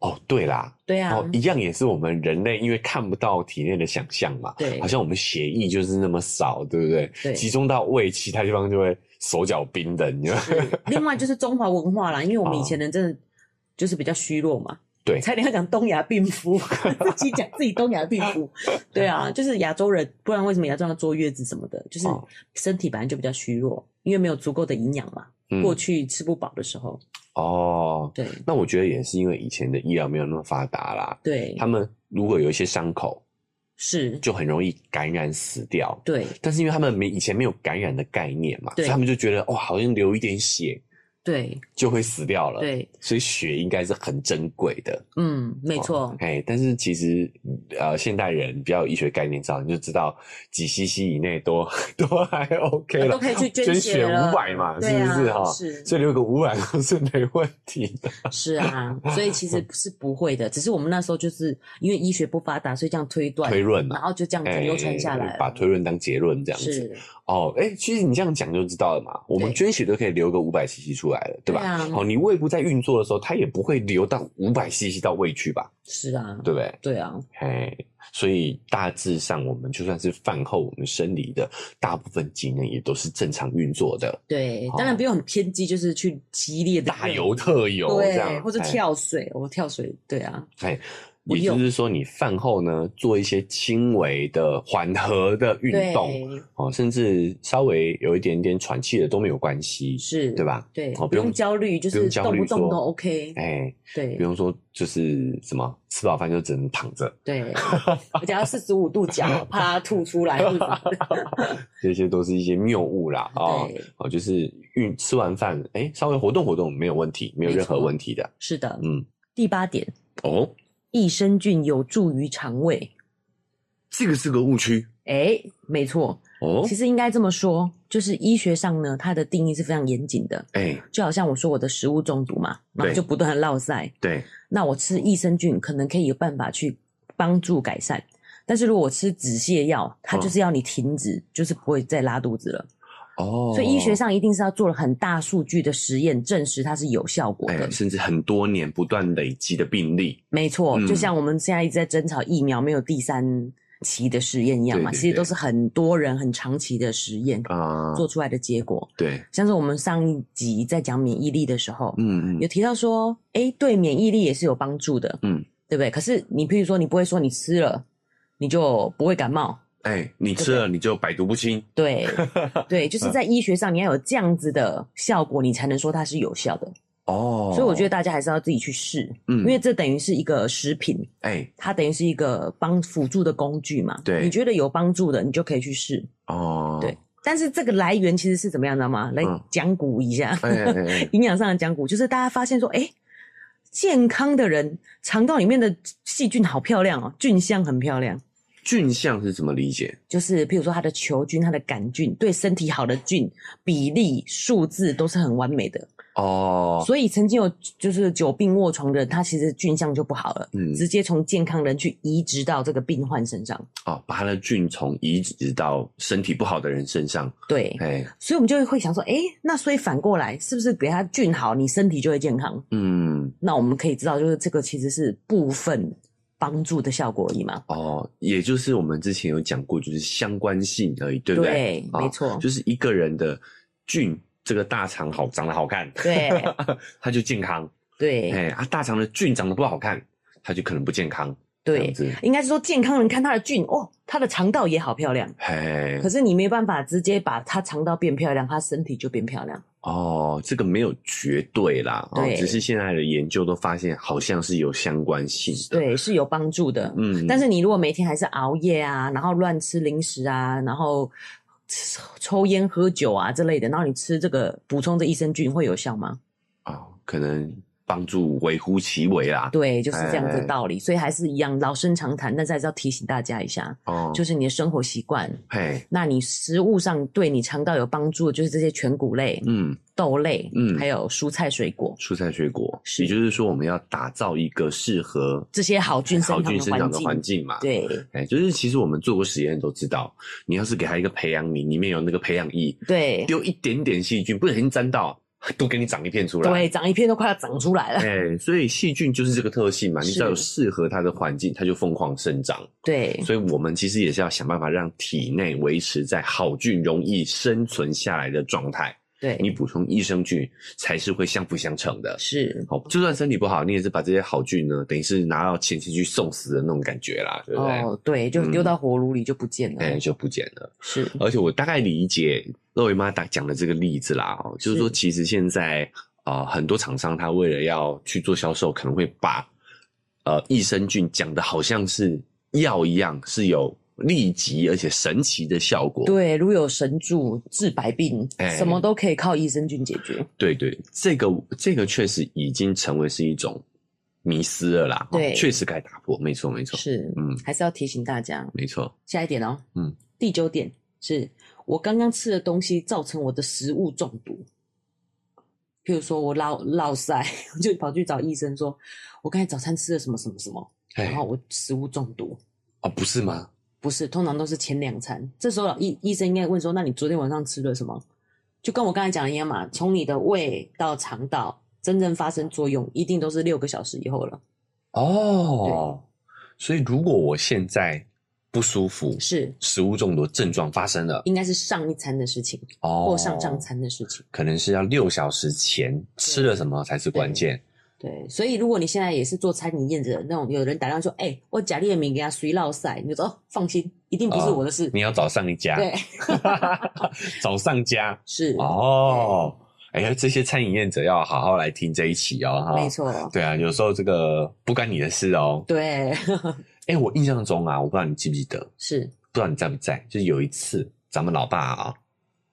[SPEAKER 2] 哦，对啦，
[SPEAKER 1] 对啊，
[SPEAKER 2] 哦，一样也是我们人类因为看不到体内的想象嘛，
[SPEAKER 1] 对
[SPEAKER 2] 好像我们血液就是那么少，对不对？
[SPEAKER 1] 对
[SPEAKER 2] 集中到胃，其他地方就会手脚冰冷，你知道吗？
[SPEAKER 1] 另外就是中华文化啦，因为我们以前人真的就是比较虚弱嘛。
[SPEAKER 2] 对
[SPEAKER 1] 差点要讲东亚病夫， 自己讲自己东亚病夫，对啊，就是亚洲人，不然为什么亚洲人要坐月子什么的？就是
[SPEAKER 2] 哦
[SPEAKER 1] 身体本来就比较虚弱，因为没有足够的营养嘛。
[SPEAKER 2] 嗯
[SPEAKER 1] 过去吃不饱的时候，
[SPEAKER 2] 哦，
[SPEAKER 1] 对
[SPEAKER 2] 那我觉得也是因为以前的医疗没有那么发达啦，
[SPEAKER 1] 对
[SPEAKER 2] 他们如果有一些伤口，
[SPEAKER 1] 是，
[SPEAKER 2] 就很容易感染死掉。
[SPEAKER 1] 对
[SPEAKER 2] 但是因为他们没以前没有感染的概念嘛，
[SPEAKER 1] 对
[SPEAKER 2] 所以他们就觉得哇，好像流一点血
[SPEAKER 1] 对
[SPEAKER 2] 就会死掉了，，
[SPEAKER 1] 对，
[SPEAKER 2] 所以血应该是很珍贵的。
[SPEAKER 1] 嗯，没
[SPEAKER 2] 哦
[SPEAKER 1] 错，
[SPEAKER 2] 哎，但是其实呃，现代人比较有医学概念上，你就知道几 CC 以内都都 还 OK 了，
[SPEAKER 1] 呃都可以去捐
[SPEAKER 2] 捐
[SPEAKER 1] 血了
[SPEAKER 2] 五百嘛，是
[SPEAKER 1] 对
[SPEAKER 2] 不
[SPEAKER 1] 啊
[SPEAKER 2] 是哈？
[SPEAKER 1] 是
[SPEAKER 2] 所以留个五百都是没问题 的。
[SPEAKER 1] 是啊，所以其实是不会的，只是我们那时候就是因为医学不发达，所以这样推断
[SPEAKER 2] 推论嘛
[SPEAKER 1] 然后就这样子
[SPEAKER 2] 哎
[SPEAKER 1] 流传下来了，
[SPEAKER 2] 把推论当结论这样子
[SPEAKER 1] 是，
[SPEAKER 2] 哦，哎，其实你这样讲就知道了嘛。我们
[SPEAKER 1] 对
[SPEAKER 2] 捐血都可以留个五百 CC 出来了，对吧？
[SPEAKER 1] 对啊
[SPEAKER 2] 哦，你胃部在运作的时候，它也不会流到五百 CC 到胃去吧？
[SPEAKER 1] 是啊，
[SPEAKER 2] 对不对？
[SPEAKER 1] 对啊，
[SPEAKER 2] 哎，所以大致上，我们就算是饭后，我们生理的大部分机能也都是正常运作的，
[SPEAKER 1] 对
[SPEAKER 2] 好，
[SPEAKER 1] 当然不用很偏激，就是去激烈的
[SPEAKER 2] 大油特油这
[SPEAKER 1] 对，
[SPEAKER 2] 样，
[SPEAKER 1] 或者跳水，我跳水，对啊，
[SPEAKER 2] 哎。哎
[SPEAKER 1] 我
[SPEAKER 2] 也就是说，你饭后呢做一些轻微的缓和的运
[SPEAKER 1] 对，
[SPEAKER 2] 动哦，甚至稍微有一点点喘气的都没有关系，
[SPEAKER 1] 是，
[SPEAKER 2] 对？吧？
[SPEAKER 1] 对，
[SPEAKER 2] 哦不
[SPEAKER 1] 不
[SPEAKER 2] 用
[SPEAKER 1] 用焦虑，就
[SPEAKER 2] 不用
[SPEAKER 1] 是
[SPEAKER 2] 焦
[SPEAKER 1] 动
[SPEAKER 2] 虑
[SPEAKER 1] 不动
[SPEAKER 2] 说
[SPEAKER 1] 都 OK，
[SPEAKER 2] 哎，
[SPEAKER 1] 对
[SPEAKER 2] 不用说就是什么吃饱饭就只能躺着，
[SPEAKER 1] 对，我讲到四十五度角，怕吐出来或者什么的，
[SPEAKER 2] 这些都是一些谬误啦哦
[SPEAKER 1] 对
[SPEAKER 2] 哦，就是运吃完饭，哎，稍微活动活动没有问题，没有
[SPEAKER 1] 没
[SPEAKER 2] 任何
[SPEAKER 1] 错
[SPEAKER 2] 问题的，
[SPEAKER 1] 是的。
[SPEAKER 2] 嗯。
[SPEAKER 1] 第八点，
[SPEAKER 2] 哦，
[SPEAKER 1] 益生菌有助于肠胃，
[SPEAKER 2] 这个是个误区
[SPEAKER 1] 哎，没错，
[SPEAKER 2] 哦
[SPEAKER 1] 其。实应该这么说，就是医学上呢，它的定义是非常严谨的。
[SPEAKER 2] 哎、
[SPEAKER 1] 就好像我说我的食物中毒嘛，然后
[SPEAKER 2] 对
[SPEAKER 1] 就不断的落塞，
[SPEAKER 2] 对，
[SPEAKER 1] 那我吃益生菌可能可以有办法去帮助改善，但是如果我吃止泻药，它
[SPEAKER 2] 嗯
[SPEAKER 1] 就是要你停止，就是不会再拉肚子了。
[SPEAKER 2] 哦，
[SPEAKER 1] 所以医学上一定是要做了很大数据的实验，证实它是有效果
[SPEAKER 2] 哎、
[SPEAKER 1] 的。
[SPEAKER 2] 甚至很多年不断累积的病例，
[SPEAKER 1] 没错，
[SPEAKER 2] 嗯
[SPEAKER 1] 就像我们现在一直在争吵疫苗没有第三期的实验一样嘛，
[SPEAKER 2] 对对
[SPEAKER 1] 其实都是很多人很长期的实验、
[SPEAKER 2] 啊、
[SPEAKER 1] 做出来的结果。
[SPEAKER 2] 对，
[SPEAKER 1] 像是我们上一集在讲免疫力的时候，
[SPEAKER 2] 嗯
[SPEAKER 1] 有提到说，哎，对免疫力也是有帮助的，
[SPEAKER 2] 嗯，
[SPEAKER 1] 对不对？可是你譬如说，你不会说你吃了你就不会感冒，
[SPEAKER 2] 哎、你吃了你就百毒不侵。
[SPEAKER 1] 对对，就是在医学上你要有这样子的效果，你才能说它是有效的。
[SPEAKER 2] 哦，
[SPEAKER 1] 所以我觉得大家还是要自己去试，
[SPEAKER 2] 嗯
[SPEAKER 1] 因为这等于是一个食品，
[SPEAKER 2] 哎、
[SPEAKER 1] 它等于是一个帮辅助的工具嘛。
[SPEAKER 2] 对
[SPEAKER 1] 你觉得有帮助的，你就可以去试。
[SPEAKER 2] 哦，
[SPEAKER 1] 对但是这个来源其实是怎么样的吗？来
[SPEAKER 2] 嗯
[SPEAKER 1] 讲古一下，
[SPEAKER 2] 哎，哎哎 哎
[SPEAKER 1] 营养上的讲古，就是大家发现说，哎、健康的人肠道里面的细菌好漂亮哦，菌相很漂亮。
[SPEAKER 2] 菌相是怎么理解？
[SPEAKER 1] 就是譬如说它的球菌、它的杆菌，对身体好的菌比例、数字都是很完美的。
[SPEAKER 2] 哦，
[SPEAKER 1] 所以曾经有就是久病卧床的人，他其实菌相就不好了，
[SPEAKER 2] 嗯
[SPEAKER 1] 直接从健康人去移植到这个病患身上。
[SPEAKER 2] 哦，把它的菌虫移植到身体不好的人身上。
[SPEAKER 1] 对，
[SPEAKER 2] 哎，
[SPEAKER 1] 所以我们就会想说，哎、那所以反过来，是不是给他菌好，你身体就会健康？
[SPEAKER 2] 嗯，
[SPEAKER 1] 那我们可以知道，就是这个其实是部分帮助的效果而已嘛。
[SPEAKER 2] 哦，也就是我们之前有讲过，就是相关性而已，对哦不对？
[SPEAKER 1] 对没错
[SPEAKER 2] 就是一个人的菌，这个大肠好长得好看，
[SPEAKER 1] 对
[SPEAKER 2] 它就健康。
[SPEAKER 1] 对、
[SPEAKER 2] 哎，啊，大肠的菌长得不好看，它就可能不健康。这样
[SPEAKER 1] 对，
[SPEAKER 2] 子，
[SPEAKER 1] 应该是说健康人看他的菌，哦，他的肠道也好漂亮。
[SPEAKER 2] 哎
[SPEAKER 1] 可，是你没办法直接把他肠道变漂亮，他身体就变漂亮。
[SPEAKER 2] 哦，这个没有绝对啦，哦
[SPEAKER 1] 对
[SPEAKER 2] 只是现在的研究都发现好像是有相关性的。，
[SPEAKER 1] 对，是有帮助的。
[SPEAKER 2] 嗯，
[SPEAKER 1] 但是你如果每天还是熬夜啊，然后乱吃零食啊，然后抽抽烟喝酒啊之类的，然后你吃这个补充这益生菌会有效吗？
[SPEAKER 2] 啊、哦，可能帮助微乎其微啦。
[SPEAKER 1] 对，就是这样子
[SPEAKER 2] 哎
[SPEAKER 1] 的道理。所以还是一样老生常谈，但是还是要提醒大家一下，
[SPEAKER 2] 哦，
[SPEAKER 1] 就是你的生活习惯。
[SPEAKER 2] 嘿，
[SPEAKER 1] 那你食物上对你肠道有帮助的，就是这些全谷类、
[SPEAKER 2] 嗯，
[SPEAKER 1] 豆类，
[SPEAKER 2] 嗯
[SPEAKER 1] 还有蔬菜水果
[SPEAKER 2] 蔬菜水果，
[SPEAKER 1] 是
[SPEAKER 2] 也就是说我们要打造一个适合
[SPEAKER 1] 这些好菌
[SPEAKER 2] 好
[SPEAKER 1] 生
[SPEAKER 2] 菌生
[SPEAKER 1] 长
[SPEAKER 2] 长
[SPEAKER 1] 的
[SPEAKER 2] 的
[SPEAKER 1] 环
[SPEAKER 2] 环
[SPEAKER 1] 境。
[SPEAKER 2] 境嘛。。
[SPEAKER 1] 对
[SPEAKER 2] 哎，就是其实我们做过实验都知道，你要是给它一个培养皿，里面有那个培养液，
[SPEAKER 1] 对
[SPEAKER 2] 丢一点点细菌，不小心沾到，都给你长一片出来。
[SPEAKER 1] 对，长一片都快要长出来了。
[SPEAKER 2] 哎、所以细菌就是这个特性嘛，你
[SPEAKER 1] 是嗯
[SPEAKER 2] 只要有适合它的环境，它就疯狂生长。
[SPEAKER 1] 对
[SPEAKER 2] 所以我们其实也是要想办法让体内维持在好菌容易生存下来的状态。
[SPEAKER 1] 对，
[SPEAKER 2] 你补充益生菌才是会相辅相成的。
[SPEAKER 1] 是
[SPEAKER 2] 好，就算身体不好，你也是把这些好菌呢，等于是拿到前期去送死的那种感觉啦，对不对？嗯
[SPEAKER 1] 哦，对，就丢到火炉里就不见了。
[SPEAKER 2] 哎、就不见了。
[SPEAKER 1] 是，
[SPEAKER 2] 而且我大概理解肉姨妈打讲的这个例子啦，哦，就是说
[SPEAKER 1] 是
[SPEAKER 2] 其实现在啊、呃很多厂商他为了要去做销售，可能会把呃益生菌讲的好像是药一样，是有立即而且神奇的效果。
[SPEAKER 1] 对，如有神助，治百病，
[SPEAKER 2] 哎
[SPEAKER 1] 什么都可以靠益生菌解决。
[SPEAKER 2] 对对，这个这个确实已经成为是一种迷思了啦，哦
[SPEAKER 1] 对
[SPEAKER 2] 确实该打破，没错没错，
[SPEAKER 1] 是，
[SPEAKER 2] 嗯
[SPEAKER 1] 还是要提醒大家。
[SPEAKER 2] 没错，
[SPEAKER 1] 下一点哦，
[SPEAKER 2] 嗯，
[SPEAKER 1] 第九点是我刚刚吃的东西造成我的食物中毒。譬如说我落落塞， 我就跑去找医生说，我刚才早餐吃了什么什么什么，
[SPEAKER 2] 哎
[SPEAKER 1] 然后我食物中毒。
[SPEAKER 2] 哦不是吗？
[SPEAKER 1] 不是，通常都是前两餐。这时候老医医生应该问说：“那你昨天晚上吃了什么？”就跟我刚才讲的一样嘛，从你的胃到肠道真正发生作用，一定都是六个小时以后了。
[SPEAKER 2] 哦，所以如果我现在不舒服，
[SPEAKER 1] 是，
[SPEAKER 2] 食物中毒症状发生了，
[SPEAKER 1] 应该是上一餐的事情
[SPEAKER 2] 哦，
[SPEAKER 1] 或上上餐的事情。
[SPEAKER 2] 可能是要六小时前吃了什么才是关键。
[SPEAKER 1] 对，所以如果你现在也是做餐饮业的那种，有人打电话说：“哎、我假列明给他水啊落塞，”你就说：“哦，放心，一定不是我的事。
[SPEAKER 2] 你要早上一家，
[SPEAKER 1] 对，
[SPEAKER 2] 早上家
[SPEAKER 1] 是，
[SPEAKER 2] 哦。哎呀，这些餐饮业者要好好来听这一期哦，哈。
[SPEAKER 1] 没。错，
[SPEAKER 2] 对啊，有时候这个不干你的事哦。
[SPEAKER 1] 对，
[SPEAKER 2] 哎，我印象中啊，我不知道你记不记得，
[SPEAKER 1] 是
[SPEAKER 2] 不知道你在不在，就是有一次咱们老爸啊，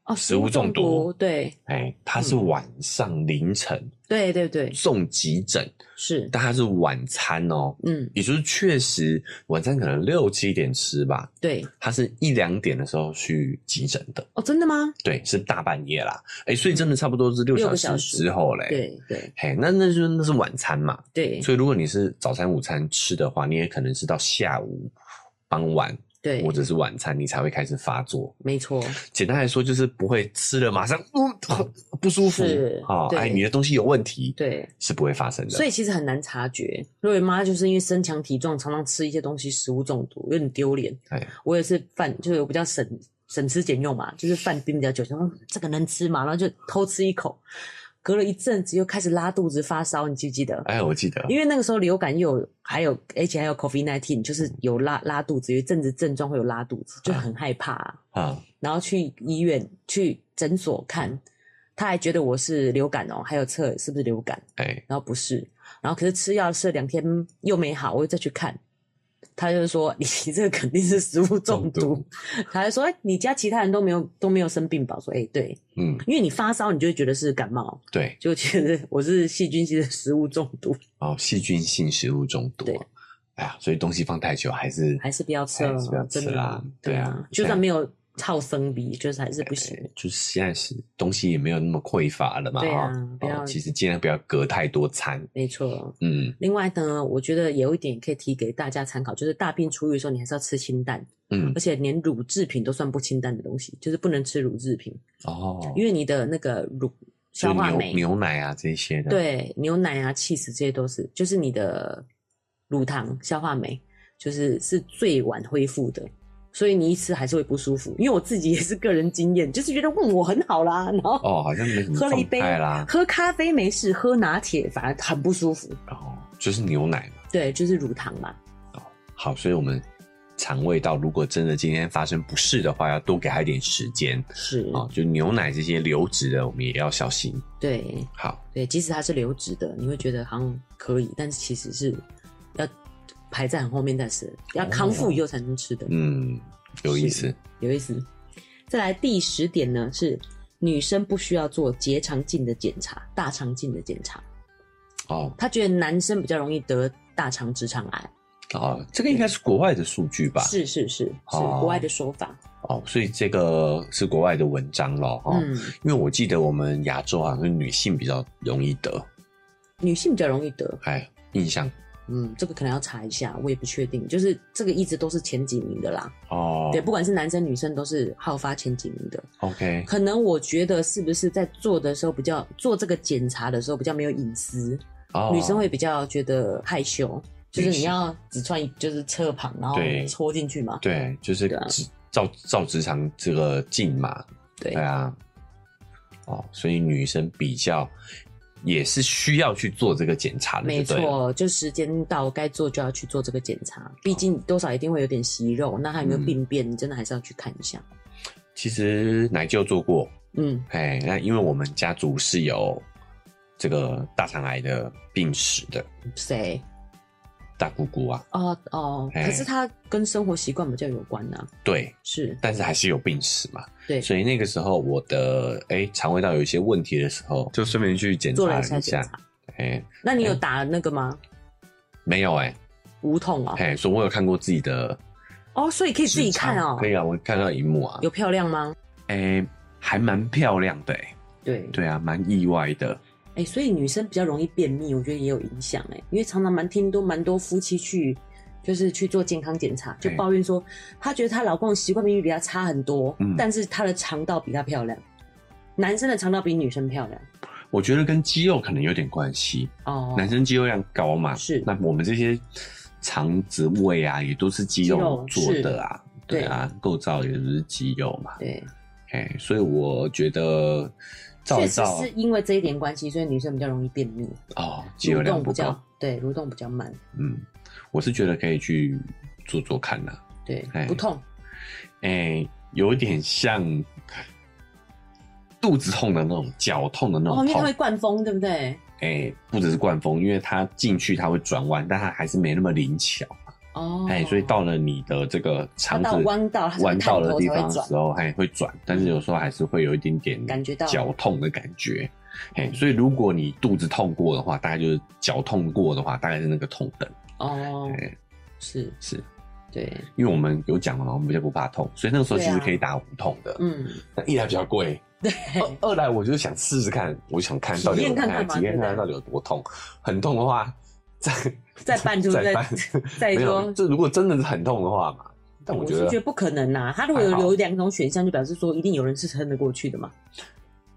[SPEAKER 1] 哦，
[SPEAKER 2] 食物中毒
[SPEAKER 1] 毒，对，
[SPEAKER 2] 哎，他
[SPEAKER 1] 嗯
[SPEAKER 2] 是晚上凌晨
[SPEAKER 1] 对对对，
[SPEAKER 2] 送急诊，
[SPEAKER 1] 是，
[SPEAKER 2] 但他是晚餐哦，
[SPEAKER 1] 嗯，
[SPEAKER 2] 也就是确实晚餐可能六七点吃吧，
[SPEAKER 1] 对，
[SPEAKER 2] 他是一两点的时候去急诊的，
[SPEAKER 1] 哦，真的吗？
[SPEAKER 2] 对，是大半夜啦，哎、所以真的差不多是
[SPEAKER 1] 嗯
[SPEAKER 2] 六
[SPEAKER 1] 六
[SPEAKER 2] 小
[SPEAKER 1] 个
[SPEAKER 2] 时
[SPEAKER 1] 小时
[SPEAKER 2] 之后嘞，，
[SPEAKER 1] 对对
[SPEAKER 2] 嘿，那那就那是晚餐嘛，
[SPEAKER 1] 对
[SPEAKER 2] 所以如果你是早餐、午餐吃的话，你也可能是到下午、傍晚
[SPEAKER 1] 对
[SPEAKER 2] 或，者是晚餐，你才会开始发作。
[SPEAKER 1] 没错，
[SPEAKER 2] 简单来说，就是不会吃了马上嗯不舒服
[SPEAKER 1] 是
[SPEAKER 2] 啊，
[SPEAKER 1] 对
[SPEAKER 2] 哎，你的东西有问题，，
[SPEAKER 1] 对，
[SPEAKER 2] 是不会发生的。
[SPEAKER 1] 所以其实很难察觉。若雨妈就是因为身强体壮，常常吃一些东西，食物中毒，有点丢脸。
[SPEAKER 2] 哎，
[SPEAKER 1] 我也是饭，就是我比较嗯省省吃俭用嘛，就是饭盯比较久，想说这个能吃嘛，然后就偷吃一口。隔了一阵子又开始拉肚子、发烧，你记不记得？
[SPEAKER 2] 哎，我记得，
[SPEAKER 1] 因为那个时候流感又有，还有而且还有 COVID nineteen，就是有拉拉肚子，有一阵子症状会有拉肚子，
[SPEAKER 2] 哎
[SPEAKER 1] 就很害怕、啊。
[SPEAKER 2] 啊，
[SPEAKER 1] 然后去医院去诊所看，他还觉得我是流感哦，还有测是不是流感，
[SPEAKER 2] 哎，
[SPEAKER 1] 然后不是，然后可是吃药吃了两天又没好，我又再去看，他就说 你你这个肯定是食物中毒，
[SPEAKER 2] 中毒
[SPEAKER 1] 他还说、哎你家其他人都没有都没有生病吧？我说哎对，
[SPEAKER 2] 嗯，
[SPEAKER 1] 因为你发烧你就会觉得是感冒，
[SPEAKER 2] 对，
[SPEAKER 1] 就觉得我是细菌性的食物中毒，
[SPEAKER 2] 哦，细菌性食物中毒
[SPEAKER 1] 对，
[SPEAKER 2] 哎呀，所以东西放太久还是
[SPEAKER 1] 还是不要吃了
[SPEAKER 2] 还是不要，吃
[SPEAKER 1] 真的
[SPEAKER 2] 啦
[SPEAKER 1] 对
[SPEAKER 2] 对啊
[SPEAKER 1] 就
[SPEAKER 2] 对啊
[SPEAKER 1] 算没有超生鼻，就是还是不行。
[SPEAKER 2] 就是现在是东西也没有那么匮乏了嘛，
[SPEAKER 1] 对啊
[SPEAKER 2] 哈
[SPEAKER 1] 不要
[SPEAKER 2] 哦其实尽量不要隔太多餐，
[SPEAKER 1] 没错，
[SPEAKER 2] 嗯
[SPEAKER 1] 另外呢，我觉得有一点可以提给大家参考，就是大病初愈的时候，你还是要吃清淡，
[SPEAKER 2] 嗯
[SPEAKER 1] 而，且连乳制品都算不清淡的东西，就是不能吃乳制品，
[SPEAKER 2] 哦，
[SPEAKER 1] 因为你的那个乳
[SPEAKER 2] 就
[SPEAKER 1] 消化
[SPEAKER 2] 牛
[SPEAKER 1] 酶，
[SPEAKER 2] 牛奶啊这些的，，
[SPEAKER 1] 对牛奶啊、cheese 这些都是，就是你的乳糖消化酶，就是是最晚恢复的。所以你一吃还是会不舒服，因为我自己也是个人经验，就是觉得问我很好啦，然后
[SPEAKER 2] 哦，好像没什么
[SPEAKER 1] 喝了一
[SPEAKER 2] 状
[SPEAKER 1] 杯
[SPEAKER 2] 态啦，
[SPEAKER 1] 喝咖啡没事，喝拿铁反而很不舒服。
[SPEAKER 2] 然后哦就是牛奶嘛。
[SPEAKER 1] 对，就是乳糖嘛。
[SPEAKER 2] 好，所以我们肠胃道如果真的今天发生不适的话，要多给他一点时间
[SPEAKER 1] 是，
[SPEAKER 2] 啊、哦就牛奶这些流质的，我们也要小心。
[SPEAKER 1] 对
[SPEAKER 2] 好，
[SPEAKER 1] 对，即使它是流质的，你会觉得好像可以，但是其实是要排在很后面再吃，要康复以后才能吃的，
[SPEAKER 2] 哦嗯，有意思
[SPEAKER 1] 是。有意思。再来第十点呢，是女生不需要做结肠镜的检查、大肠镜的检查，
[SPEAKER 2] 哦
[SPEAKER 1] 她觉得男生比较容易得大肠直肠癌，
[SPEAKER 2] 哦，这个应该是国外的数据吧？
[SPEAKER 1] 是是是是
[SPEAKER 2] 哦
[SPEAKER 1] 国外的说法，
[SPEAKER 2] 哦，所以这个是国外的文章咯。哦，
[SPEAKER 1] 嗯，
[SPEAKER 2] 因为我记得我们亚洲好像是女性比较容易得，
[SPEAKER 1] 女性比较容易得，
[SPEAKER 2] 哎，印象
[SPEAKER 1] 嗯，这个可能要查一下，我也不确定，就是这个一直都是前几名的啦，
[SPEAKER 2] 哦
[SPEAKER 1] 对，不管是男生女生都是好发前几名的。
[SPEAKER 2] ，OK，
[SPEAKER 1] 可能我觉得是不是在做的时候比较做这个检查的时候比较没有隐私，
[SPEAKER 2] 哦，
[SPEAKER 1] 女生会比较觉得害羞，就是
[SPEAKER 2] 女性
[SPEAKER 1] 你要只穿一就是侧旁，然后
[SPEAKER 2] 对
[SPEAKER 1] 戳进去嘛。
[SPEAKER 2] 对，就是
[SPEAKER 1] 对啊
[SPEAKER 2] 直照照直肠这个镜嘛，
[SPEAKER 1] 对
[SPEAKER 2] 对啊，哦，所以女生比较也是需要去做这个检查的，
[SPEAKER 1] 没
[SPEAKER 2] 就对了，
[SPEAKER 1] 错，就时间到该做就要去做这个检查，毕竟多少一定会有点息肉，那它有没有
[SPEAKER 2] 嗯
[SPEAKER 1] 病变，你真的还是要去看一下。
[SPEAKER 2] 其实奶舅做过，
[SPEAKER 1] 嗯，
[SPEAKER 2] 哎，那因为我们家族是有这个大肠癌的病史的，
[SPEAKER 1] 谁？
[SPEAKER 2] 大姑姑啊，
[SPEAKER 1] 哦哦，
[SPEAKER 2] 哎
[SPEAKER 1] 可是它跟生活习惯比较有关呐、
[SPEAKER 2] 对，
[SPEAKER 1] 是
[SPEAKER 2] 但是还是有病史嘛，
[SPEAKER 1] 对，
[SPEAKER 2] 所以那个时候我的哎肠胃道有一些问题的时候，就顺便去检
[SPEAKER 1] 做
[SPEAKER 2] 查
[SPEAKER 1] 了一
[SPEAKER 2] 一
[SPEAKER 1] 下检
[SPEAKER 2] 下，
[SPEAKER 1] 查。
[SPEAKER 2] 哎，
[SPEAKER 1] 那你有打那个吗？
[SPEAKER 2] 没有哎、
[SPEAKER 1] 无痛啊、
[SPEAKER 2] 哎，所以我有看过自己的。
[SPEAKER 1] 哦，所以可以自己看哦。
[SPEAKER 2] 可以啊，我看到荧幕啊，
[SPEAKER 1] 有漂亮吗？
[SPEAKER 2] 诶、还蛮漂亮的、欸，
[SPEAKER 1] 对
[SPEAKER 2] 对啊，蛮意外的，
[SPEAKER 1] 哎、所以女生比较容易便秘，我觉得也有影响哎、因为常常蛮听都蛮多夫妻去，就是去做健康检查，就
[SPEAKER 2] 对
[SPEAKER 1] 抱怨说她觉得她老公的习惯频率比她差很多，
[SPEAKER 2] 嗯
[SPEAKER 1] 但是她的肠道比她漂亮，男生的肠道比女生漂亮
[SPEAKER 2] 我觉得跟肌肉可能有点关系，
[SPEAKER 1] 哦，
[SPEAKER 2] 男生肌肉量高嘛，
[SPEAKER 1] 是
[SPEAKER 2] 那我们这些肠子胃啊，也都是肌肉
[SPEAKER 1] 肌肉
[SPEAKER 2] 做的啊，
[SPEAKER 1] 对
[SPEAKER 2] 对啊，构造也都是肌肉嘛，
[SPEAKER 1] 对，
[SPEAKER 2] 哎、所以我觉得照啊
[SPEAKER 1] 确
[SPEAKER 2] 一
[SPEAKER 1] 实
[SPEAKER 2] 照
[SPEAKER 1] 是因为这一点关系，所以女生比较容易便秘，
[SPEAKER 2] 哦，肌肉
[SPEAKER 1] 蠕
[SPEAKER 2] 量
[SPEAKER 1] 动
[SPEAKER 2] 不
[SPEAKER 1] 比
[SPEAKER 2] 够，
[SPEAKER 1] 较对，蠕动比较慢，
[SPEAKER 2] 嗯，我是觉得可以去做做看啦、
[SPEAKER 1] 对，
[SPEAKER 2] 哎
[SPEAKER 1] 不痛
[SPEAKER 2] 哎、有点像肚子痛的那种、绞痛的那
[SPEAKER 1] 哦，
[SPEAKER 2] 种
[SPEAKER 1] 因为
[SPEAKER 2] 痛
[SPEAKER 1] 它会，灌风，对不对？
[SPEAKER 2] 哎、不只是灌风，因为它进去它会转弯，但它还是没那么灵巧，
[SPEAKER 1] 哦，
[SPEAKER 2] 哎、所以到了你的这个肠
[SPEAKER 1] 它到
[SPEAKER 2] 子
[SPEAKER 1] 弯道它才会
[SPEAKER 2] 弯道
[SPEAKER 1] 探
[SPEAKER 2] 的
[SPEAKER 1] 头
[SPEAKER 2] 地
[SPEAKER 1] 才会
[SPEAKER 2] 方的
[SPEAKER 1] 转
[SPEAKER 2] 时候，还会转，但是有时候还是会有一点点
[SPEAKER 1] 感觉到
[SPEAKER 2] 绞痛的感觉。哎，所以如果你肚子痛过的话，大概就是绞痛过的话，大概是那个痛等。
[SPEAKER 1] 哦，
[SPEAKER 2] 哎，
[SPEAKER 1] 是
[SPEAKER 2] 是
[SPEAKER 1] 对，
[SPEAKER 2] 因为我们有讲了嘛，我们就不怕痛，所以那个时候其
[SPEAKER 1] 对
[SPEAKER 2] 实
[SPEAKER 1] 啊
[SPEAKER 2] 可以打无痛的。
[SPEAKER 1] 嗯。
[SPEAKER 2] 那一来比较贵，二二来我就想试试看，我想看到底有
[SPEAKER 1] 体验看看嘛
[SPEAKER 2] 体验
[SPEAKER 1] 对不
[SPEAKER 2] 看
[SPEAKER 1] 对
[SPEAKER 2] 看到底有多痛，很痛的话 再
[SPEAKER 1] 再 办就
[SPEAKER 2] 再
[SPEAKER 1] 再
[SPEAKER 2] 办，
[SPEAKER 1] 再
[SPEAKER 2] 没有
[SPEAKER 1] 说
[SPEAKER 2] 这如果真的是很痛的话嘛，但我
[SPEAKER 1] 我
[SPEAKER 2] 觉
[SPEAKER 1] 是
[SPEAKER 2] 得
[SPEAKER 1] 觉得不可能呐、他如果有
[SPEAKER 2] 还好
[SPEAKER 1] 留两种选项，就表示说一定有人是撑得过去的嘛，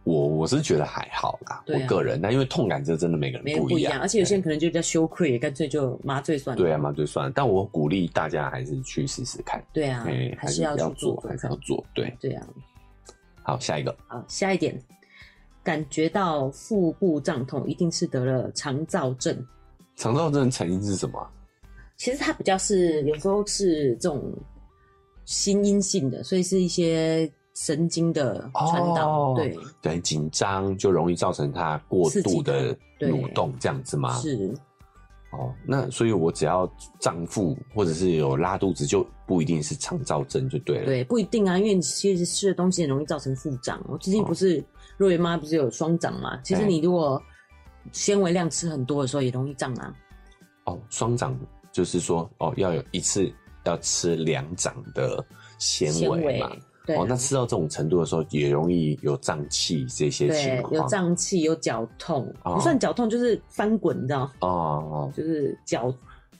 [SPEAKER 2] 我我是觉得还好啦，
[SPEAKER 1] 对啊
[SPEAKER 2] 我个人，那因为痛感这真的每个
[SPEAKER 1] 没
[SPEAKER 2] 人
[SPEAKER 1] 人
[SPEAKER 2] 一
[SPEAKER 1] 一
[SPEAKER 2] 样，
[SPEAKER 1] 而且有些人可能就比较羞愧，干脆就麻醉算了。
[SPEAKER 2] 对啊嘛就算了，但我鼓励大家还是去试试看，
[SPEAKER 1] 对啊，
[SPEAKER 2] 哎，
[SPEAKER 1] 还
[SPEAKER 2] 是
[SPEAKER 1] 是要去
[SPEAKER 2] 做
[SPEAKER 1] 做，
[SPEAKER 2] 还是要做，对，
[SPEAKER 1] 对啊。
[SPEAKER 2] 好，下一个
[SPEAKER 1] 好，下一点，感觉到腹部胀痛，一定是得了肠燥症。
[SPEAKER 2] 肠道症的成因是什么啊、
[SPEAKER 1] 其实它比较是有时候是这种心因性的，所以是一些神经的传导。
[SPEAKER 2] 哦
[SPEAKER 1] 对，
[SPEAKER 2] 对，紧张就容易造成它过
[SPEAKER 1] 刺激
[SPEAKER 2] 度的
[SPEAKER 1] 对
[SPEAKER 2] 蠕动，这样子吗？
[SPEAKER 1] 是
[SPEAKER 2] 哦，那所以我只要胀腹或者是有拉肚子，就不一定是肠燥症就对了。，
[SPEAKER 1] 对，不一定啊，因为你其实吃的东西很容易造成腹胀。我最近不是若圆妈不是有双掌嘛？其实
[SPEAKER 2] 哦哎
[SPEAKER 1] 你如果纤维量吃很多的时候，也容易胀啊。
[SPEAKER 2] 哦，双掌就是说哦，要有一次要吃两掌的纤
[SPEAKER 1] 纤
[SPEAKER 2] 维
[SPEAKER 1] 维
[SPEAKER 2] 嘛。
[SPEAKER 1] 对啊、
[SPEAKER 2] 哦，那吃到这种程度的时候，也容易有胀气这些情
[SPEAKER 1] 对
[SPEAKER 2] 况。
[SPEAKER 1] 有胀气，有绞痛，
[SPEAKER 2] 哦
[SPEAKER 1] 不算绞痛就是翻滚，你知道，
[SPEAKER 2] 哦哦，
[SPEAKER 1] 就是绞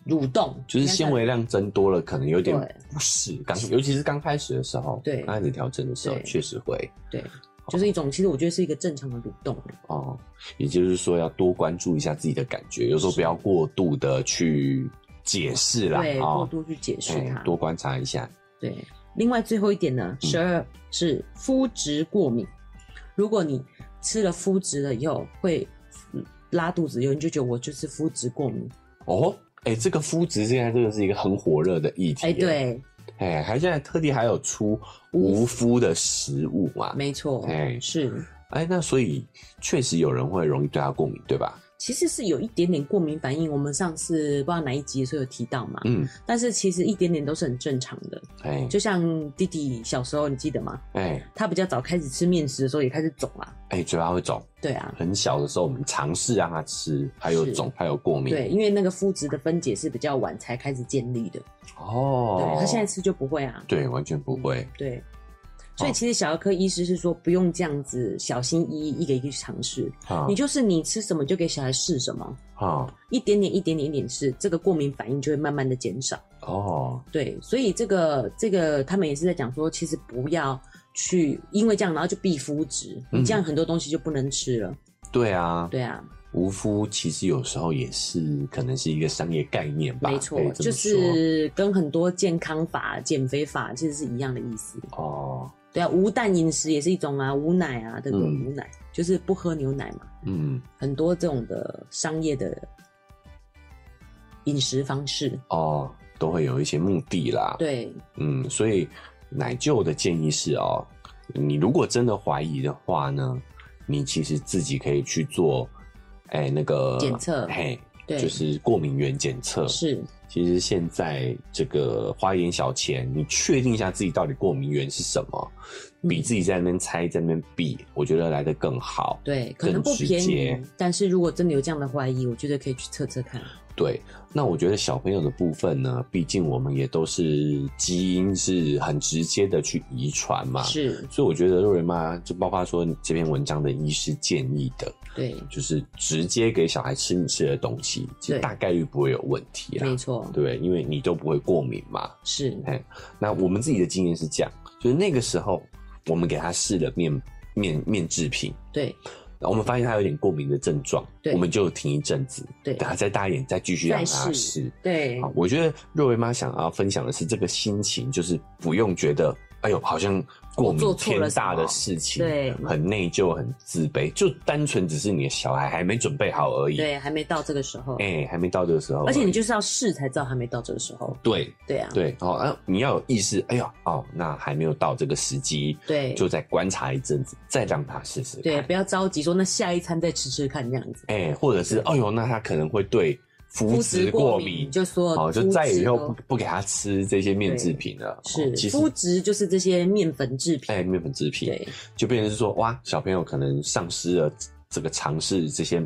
[SPEAKER 1] 蠕动，
[SPEAKER 2] 就是纤维量增多了，可能有点
[SPEAKER 1] 对
[SPEAKER 2] 不适。刚尤其是刚开始的时候，
[SPEAKER 1] 对
[SPEAKER 2] 刚开始调整的时候，
[SPEAKER 1] 对
[SPEAKER 2] 确实会
[SPEAKER 1] 对，就是一种，其实我觉得是一个正常的蠕动。
[SPEAKER 2] 哦，也就是说要多关注一下自己的感觉，有时候不要过度的去解释啦，
[SPEAKER 1] 对，
[SPEAKER 2] 哦
[SPEAKER 1] 过度去解释
[SPEAKER 2] 哎
[SPEAKER 1] 它。
[SPEAKER 2] 多观察一下。
[SPEAKER 1] 对，另外最后一点呢，
[SPEAKER 2] 嗯
[SPEAKER 1] 十二是肤质过敏。如果你吃了肤质了以后会嗯拉肚子，有人就觉得我就是肤质过敏。
[SPEAKER 2] 哦，哎、这个肤质现在真的是一个很火热的议题，
[SPEAKER 1] 哎、，对，
[SPEAKER 2] 哎、还现在特地还有出无麸的食物嘛，
[SPEAKER 1] 没错，
[SPEAKER 2] 哎
[SPEAKER 1] 是，
[SPEAKER 2] 哎、那所以确实有人会容易对它过敏，对吧？
[SPEAKER 1] 其实是有一点点过敏反应。我们上次不知道哪一集的时候有提到嘛，
[SPEAKER 2] 嗯，
[SPEAKER 1] 但是其实一点点都是很正常的。
[SPEAKER 2] 哎、
[SPEAKER 1] 就像弟弟小时候，你记得吗？
[SPEAKER 2] 哎、
[SPEAKER 1] 他比较早开始吃面食的时候也开始肿啊。
[SPEAKER 2] 哎、嘴巴会肿。
[SPEAKER 1] 对啊，
[SPEAKER 2] 很小的时候，我们尝试让它吃，还有
[SPEAKER 1] 是
[SPEAKER 2] 肿，还有过敏。
[SPEAKER 1] 对，因为那个肤质的分解是比较晚才开始建立的。
[SPEAKER 2] 哦
[SPEAKER 1] 对，他现在吃就不会啊。
[SPEAKER 2] 对完全不会。
[SPEAKER 1] 对，所
[SPEAKER 2] 哦
[SPEAKER 1] 以其实小儿科医师是说不用这样子小心翼翼一个一个去尝试，
[SPEAKER 2] 啊
[SPEAKER 1] 你就是你吃什么就给小孩试什么，
[SPEAKER 2] 啊
[SPEAKER 1] 一点点一点点一点试，这个过敏反应就会慢慢的减少。
[SPEAKER 2] 哦，
[SPEAKER 1] 对，所以这个这个他们也是在讲说，其实不要去因为这样，然后就避肤质，你
[SPEAKER 2] 嗯
[SPEAKER 1] 这样很多东西就不能吃了。
[SPEAKER 2] 对啊，
[SPEAKER 1] 对啊，
[SPEAKER 2] 无麸其实有时候也是可能是一个商业概念吧，
[SPEAKER 1] 没错
[SPEAKER 2] 可以，这
[SPEAKER 1] 就
[SPEAKER 2] 么说
[SPEAKER 1] 是跟很多健康法、减肥法其实是一样的意思。
[SPEAKER 2] 哦，
[SPEAKER 1] 对啊，无蛋饮食也是一种啊，无奶啊，对不对？
[SPEAKER 2] 嗯
[SPEAKER 1] 无奶就是不喝牛奶嘛。
[SPEAKER 2] 嗯，
[SPEAKER 1] 很多这种的商业的饮食方式。
[SPEAKER 2] 哦，都会有一些目的啦，，
[SPEAKER 1] 对，
[SPEAKER 2] 嗯，所以奶舅的建议是哦，你如果真的怀疑的话呢，你其实自己可以去做，哎、那个
[SPEAKER 1] 检测
[SPEAKER 2] 嘿，
[SPEAKER 1] 对
[SPEAKER 2] 就是过敏原检测，
[SPEAKER 1] 是
[SPEAKER 2] 其实现在这个花一点小钱，你确定一下自己到底过敏源是什么，
[SPEAKER 1] 嗯
[SPEAKER 2] 比自己在那边猜在那边比，我觉得来的更好。
[SPEAKER 1] 对，可能不
[SPEAKER 2] 更直
[SPEAKER 1] 便宜
[SPEAKER 2] 接，
[SPEAKER 1] 但是如果真的有这样的怀疑，我觉得可以去测测看。
[SPEAKER 2] 对，那我觉得小朋友的部分呢，毕竟我们也都是基因是很直接的去遗传嘛，
[SPEAKER 1] 是，
[SPEAKER 2] 所以我觉得瑞瑞妈就包括说这篇文章的医师建议的，
[SPEAKER 1] 对，
[SPEAKER 2] 就是直接给小孩吃你吃的东西，其实
[SPEAKER 1] 对
[SPEAKER 2] 大概率不会有问题啦
[SPEAKER 1] 没，错，
[SPEAKER 2] 对不对？因为你都不会过敏嘛，
[SPEAKER 1] 是
[SPEAKER 2] 那我们自己的经验是这样，就是那个时候我们给他试了面面面制品，
[SPEAKER 1] 对
[SPEAKER 2] 然后我们发现他有点过敏的症状，
[SPEAKER 1] 对
[SPEAKER 2] 我们就停一阵子，
[SPEAKER 1] 对
[SPEAKER 2] 等他再大一点再继续让他
[SPEAKER 1] 再
[SPEAKER 2] 试
[SPEAKER 1] 试。对
[SPEAKER 2] 好，我觉得若维妈想要分享的是这个心情，就是不用觉得，哎呦，好像过
[SPEAKER 1] 我做
[SPEAKER 2] 敏
[SPEAKER 1] 错
[SPEAKER 2] 天
[SPEAKER 1] 了
[SPEAKER 2] 大
[SPEAKER 1] 什
[SPEAKER 2] 的
[SPEAKER 1] 么
[SPEAKER 2] 事情，
[SPEAKER 1] 对
[SPEAKER 2] 很内疚、很自卑，就单纯只是你的小孩还没准备好而已，
[SPEAKER 1] 对，还没到这个时候，
[SPEAKER 2] 哎，还没到这个时候已，
[SPEAKER 1] 而且你就是要试才知道还没到这个时候。
[SPEAKER 2] 对
[SPEAKER 1] 对啊，
[SPEAKER 2] 对，好、啊，你要有意识，哎呦，哦，那还没有到这个时机，
[SPEAKER 1] 对
[SPEAKER 2] 就再观察一阵子，再让他试试看，
[SPEAKER 1] 对，不要着急说那下一餐再吃吃看这样子。
[SPEAKER 2] 哎、或者是，哎呦，那他可能会对肤哎质过敏，
[SPEAKER 1] 就说
[SPEAKER 2] 哦，就
[SPEAKER 1] 肤
[SPEAKER 2] 再也
[SPEAKER 1] 质
[SPEAKER 2] 以后
[SPEAKER 1] 都
[SPEAKER 2] 不不给他吃这些面制品了，哦
[SPEAKER 1] 是
[SPEAKER 2] 其实
[SPEAKER 1] 肤质就是这些面粉制品
[SPEAKER 2] 哎、，面粉制品，
[SPEAKER 1] 对，
[SPEAKER 2] 就变成是说，哇，小朋友可能丧失了这个尝试这些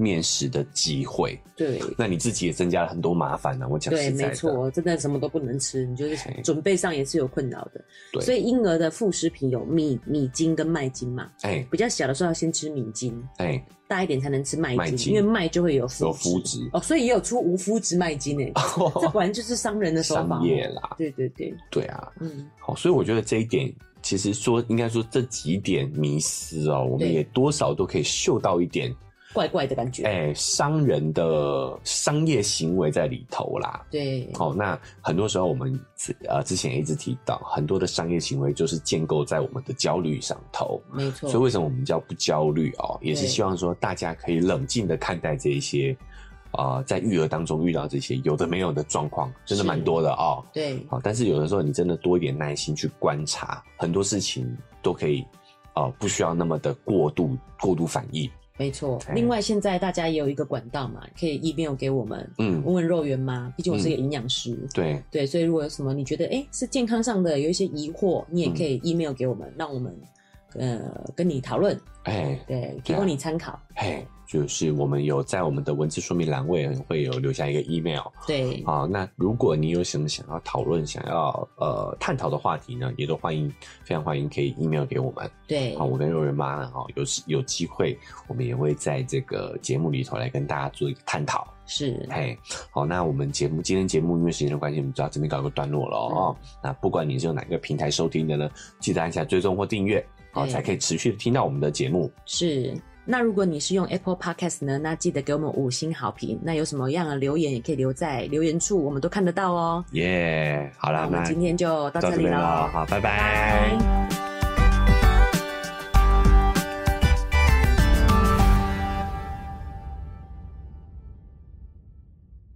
[SPEAKER 2] 面食的机会，
[SPEAKER 1] 对，
[SPEAKER 2] 那你自己也增加了很多麻烦呢、啊我讲
[SPEAKER 1] 对，
[SPEAKER 2] 实在
[SPEAKER 1] 没
[SPEAKER 2] 的，
[SPEAKER 1] 错，真的什么都不能吃，你就是
[SPEAKER 2] 嘿
[SPEAKER 1] 准备上也是有困扰的。
[SPEAKER 2] 对
[SPEAKER 1] 所以婴儿的副食品有米米精跟麦精嘛，
[SPEAKER 2] 哎、
[SPEAKER 1] 比较小的时候要先吃米精，
[SPEAKER 2] 哎、
[SPEAKER 1] 大一点才能吃麦精，
[SPEAKER 2] 麦精
[SPEAKER 1] 因为麦就会有
[SPEAKER 2] 有
[SPEAKER 1] 肤
[SPEAKER 2] 肤质
[SPEAKER 1] 哦，所以也有出无肤质麦精 诶、这果然就是商人的手法。哦
[SPEAKER 2] 商业啊啦，
[SPEAKER 1] 对对对，
[SPEAKER 2] 对啊，
[SPEAKER 1] 嗯，
[SPEAKER 2] 好，所以我觉得这一点，其实说应该说这几点迷思哦，我们
[SPEAKER 1] 对
[SPEAKER 2] 也多少都可以嗅到一点
[SPEAKER 1] 怪怪的感觉。
[SPEAKER 2] 哎、商人的商业行为在里头啦。
[SPEAKER 1] 对，
[SPEAKER 2] 好、那很多时候我们之呃之前也一直提到，很多的商业行为就是建构在我们的焦虑上头。
[SPEAKER 1] 没错。
[SPEAKER 2] 所以为什么我们叫不焦虑哦？也是
[SPEAKER 1] 对
[SPEAKER 2] 希望说大家可以冷静的看待这一些，啊，在育儿当中遇到这些有的没有的状况，真的
[SPEAKER 1] 是
[SPEAKER 2] 蛮多的哦。
[SPEAKER 1] 对，
[SPEAKER 2] 好，但是有的时候你真的多一点耐心去观察，很多事情都可以，呃，不需要那么的过度过度反应。
[SPEAKER 1] 没错。
[SPEAKER 2] 哎
[SPEAKER 1] 另外，现在大家也有一个管道嘛，可以 email 给我们
[SPEAKER 2] 嗯，
[SPEAKER 1] 问问肉圆妈，毕竟我是一个营养师。
[SPEAKER 2] 对，
[SPEAKER 1] 对，所以如果有什么你觉得哎是健康上的有一些疑惑，你也可
[SPEAKER 2] 嗯
[SPEAKER 1] 以 email 给我们，让我们呃跟你讨论，
[SPEAKER 2] 哎
[SPEAKER 1] 对，提
[SPEAKER 2] 对啊
[SPEAKER 1] 供你参考。
[SPEAKER 2] 嘿，就是我们有在我们的文字说明栏位会有留下一个 email
[SPEAKER 1] 对，
[SPEAKER 2] 啊。那如果你有什么想要讨论、想要呃探讨的话题呢，也都欢迎，非常欢迎可以 email 给我们。啊
[SPEAKER 1] 对
[SPEAKER 2] 好，，我跟肉圆妈呢，哈、有有机会，我们也会在这个节目里头来跟大家做一个探讨。
[SPEAKER 1] 是，
[SPEAKER 2] 嘿，好，那我们节目今天节目因为时间的关系，我们就到这边告一个段落了哦。
[SPEAKER 1] 嗯
[SPEAKER 2] 那不管你是用哪个平台收听的呢，记得按下追踪或订阅，好、
[SPEAKER 1] 对
[SPEAKER 2] 才可以持续的听到我们的节目。
[SPEAKER 1] 是。那如果你是用 Apple Podcast 呢，那记得给我们五星好评。那有什么样的留言也可以留在留言处，我们都看得到哦。
[SPEAKER 2] 耶、好
[SPEAKER 1] 那
[SPEAKER 2] 啦，
[SPEAKER 1] 我
[SPEAKER 2] 那
[SPEAKER 1] 们今天就到这
[SPEAKER 2] 到这
[SPEAKER 1] 里
[SPEAKER 2] 边了，
[SPEAKER 1] 了，
[SPEAKER 2] 好，
[SPEAKER 1] 拜
[SPEAKER 2] 拜拜
[SPEAKER 1] 拜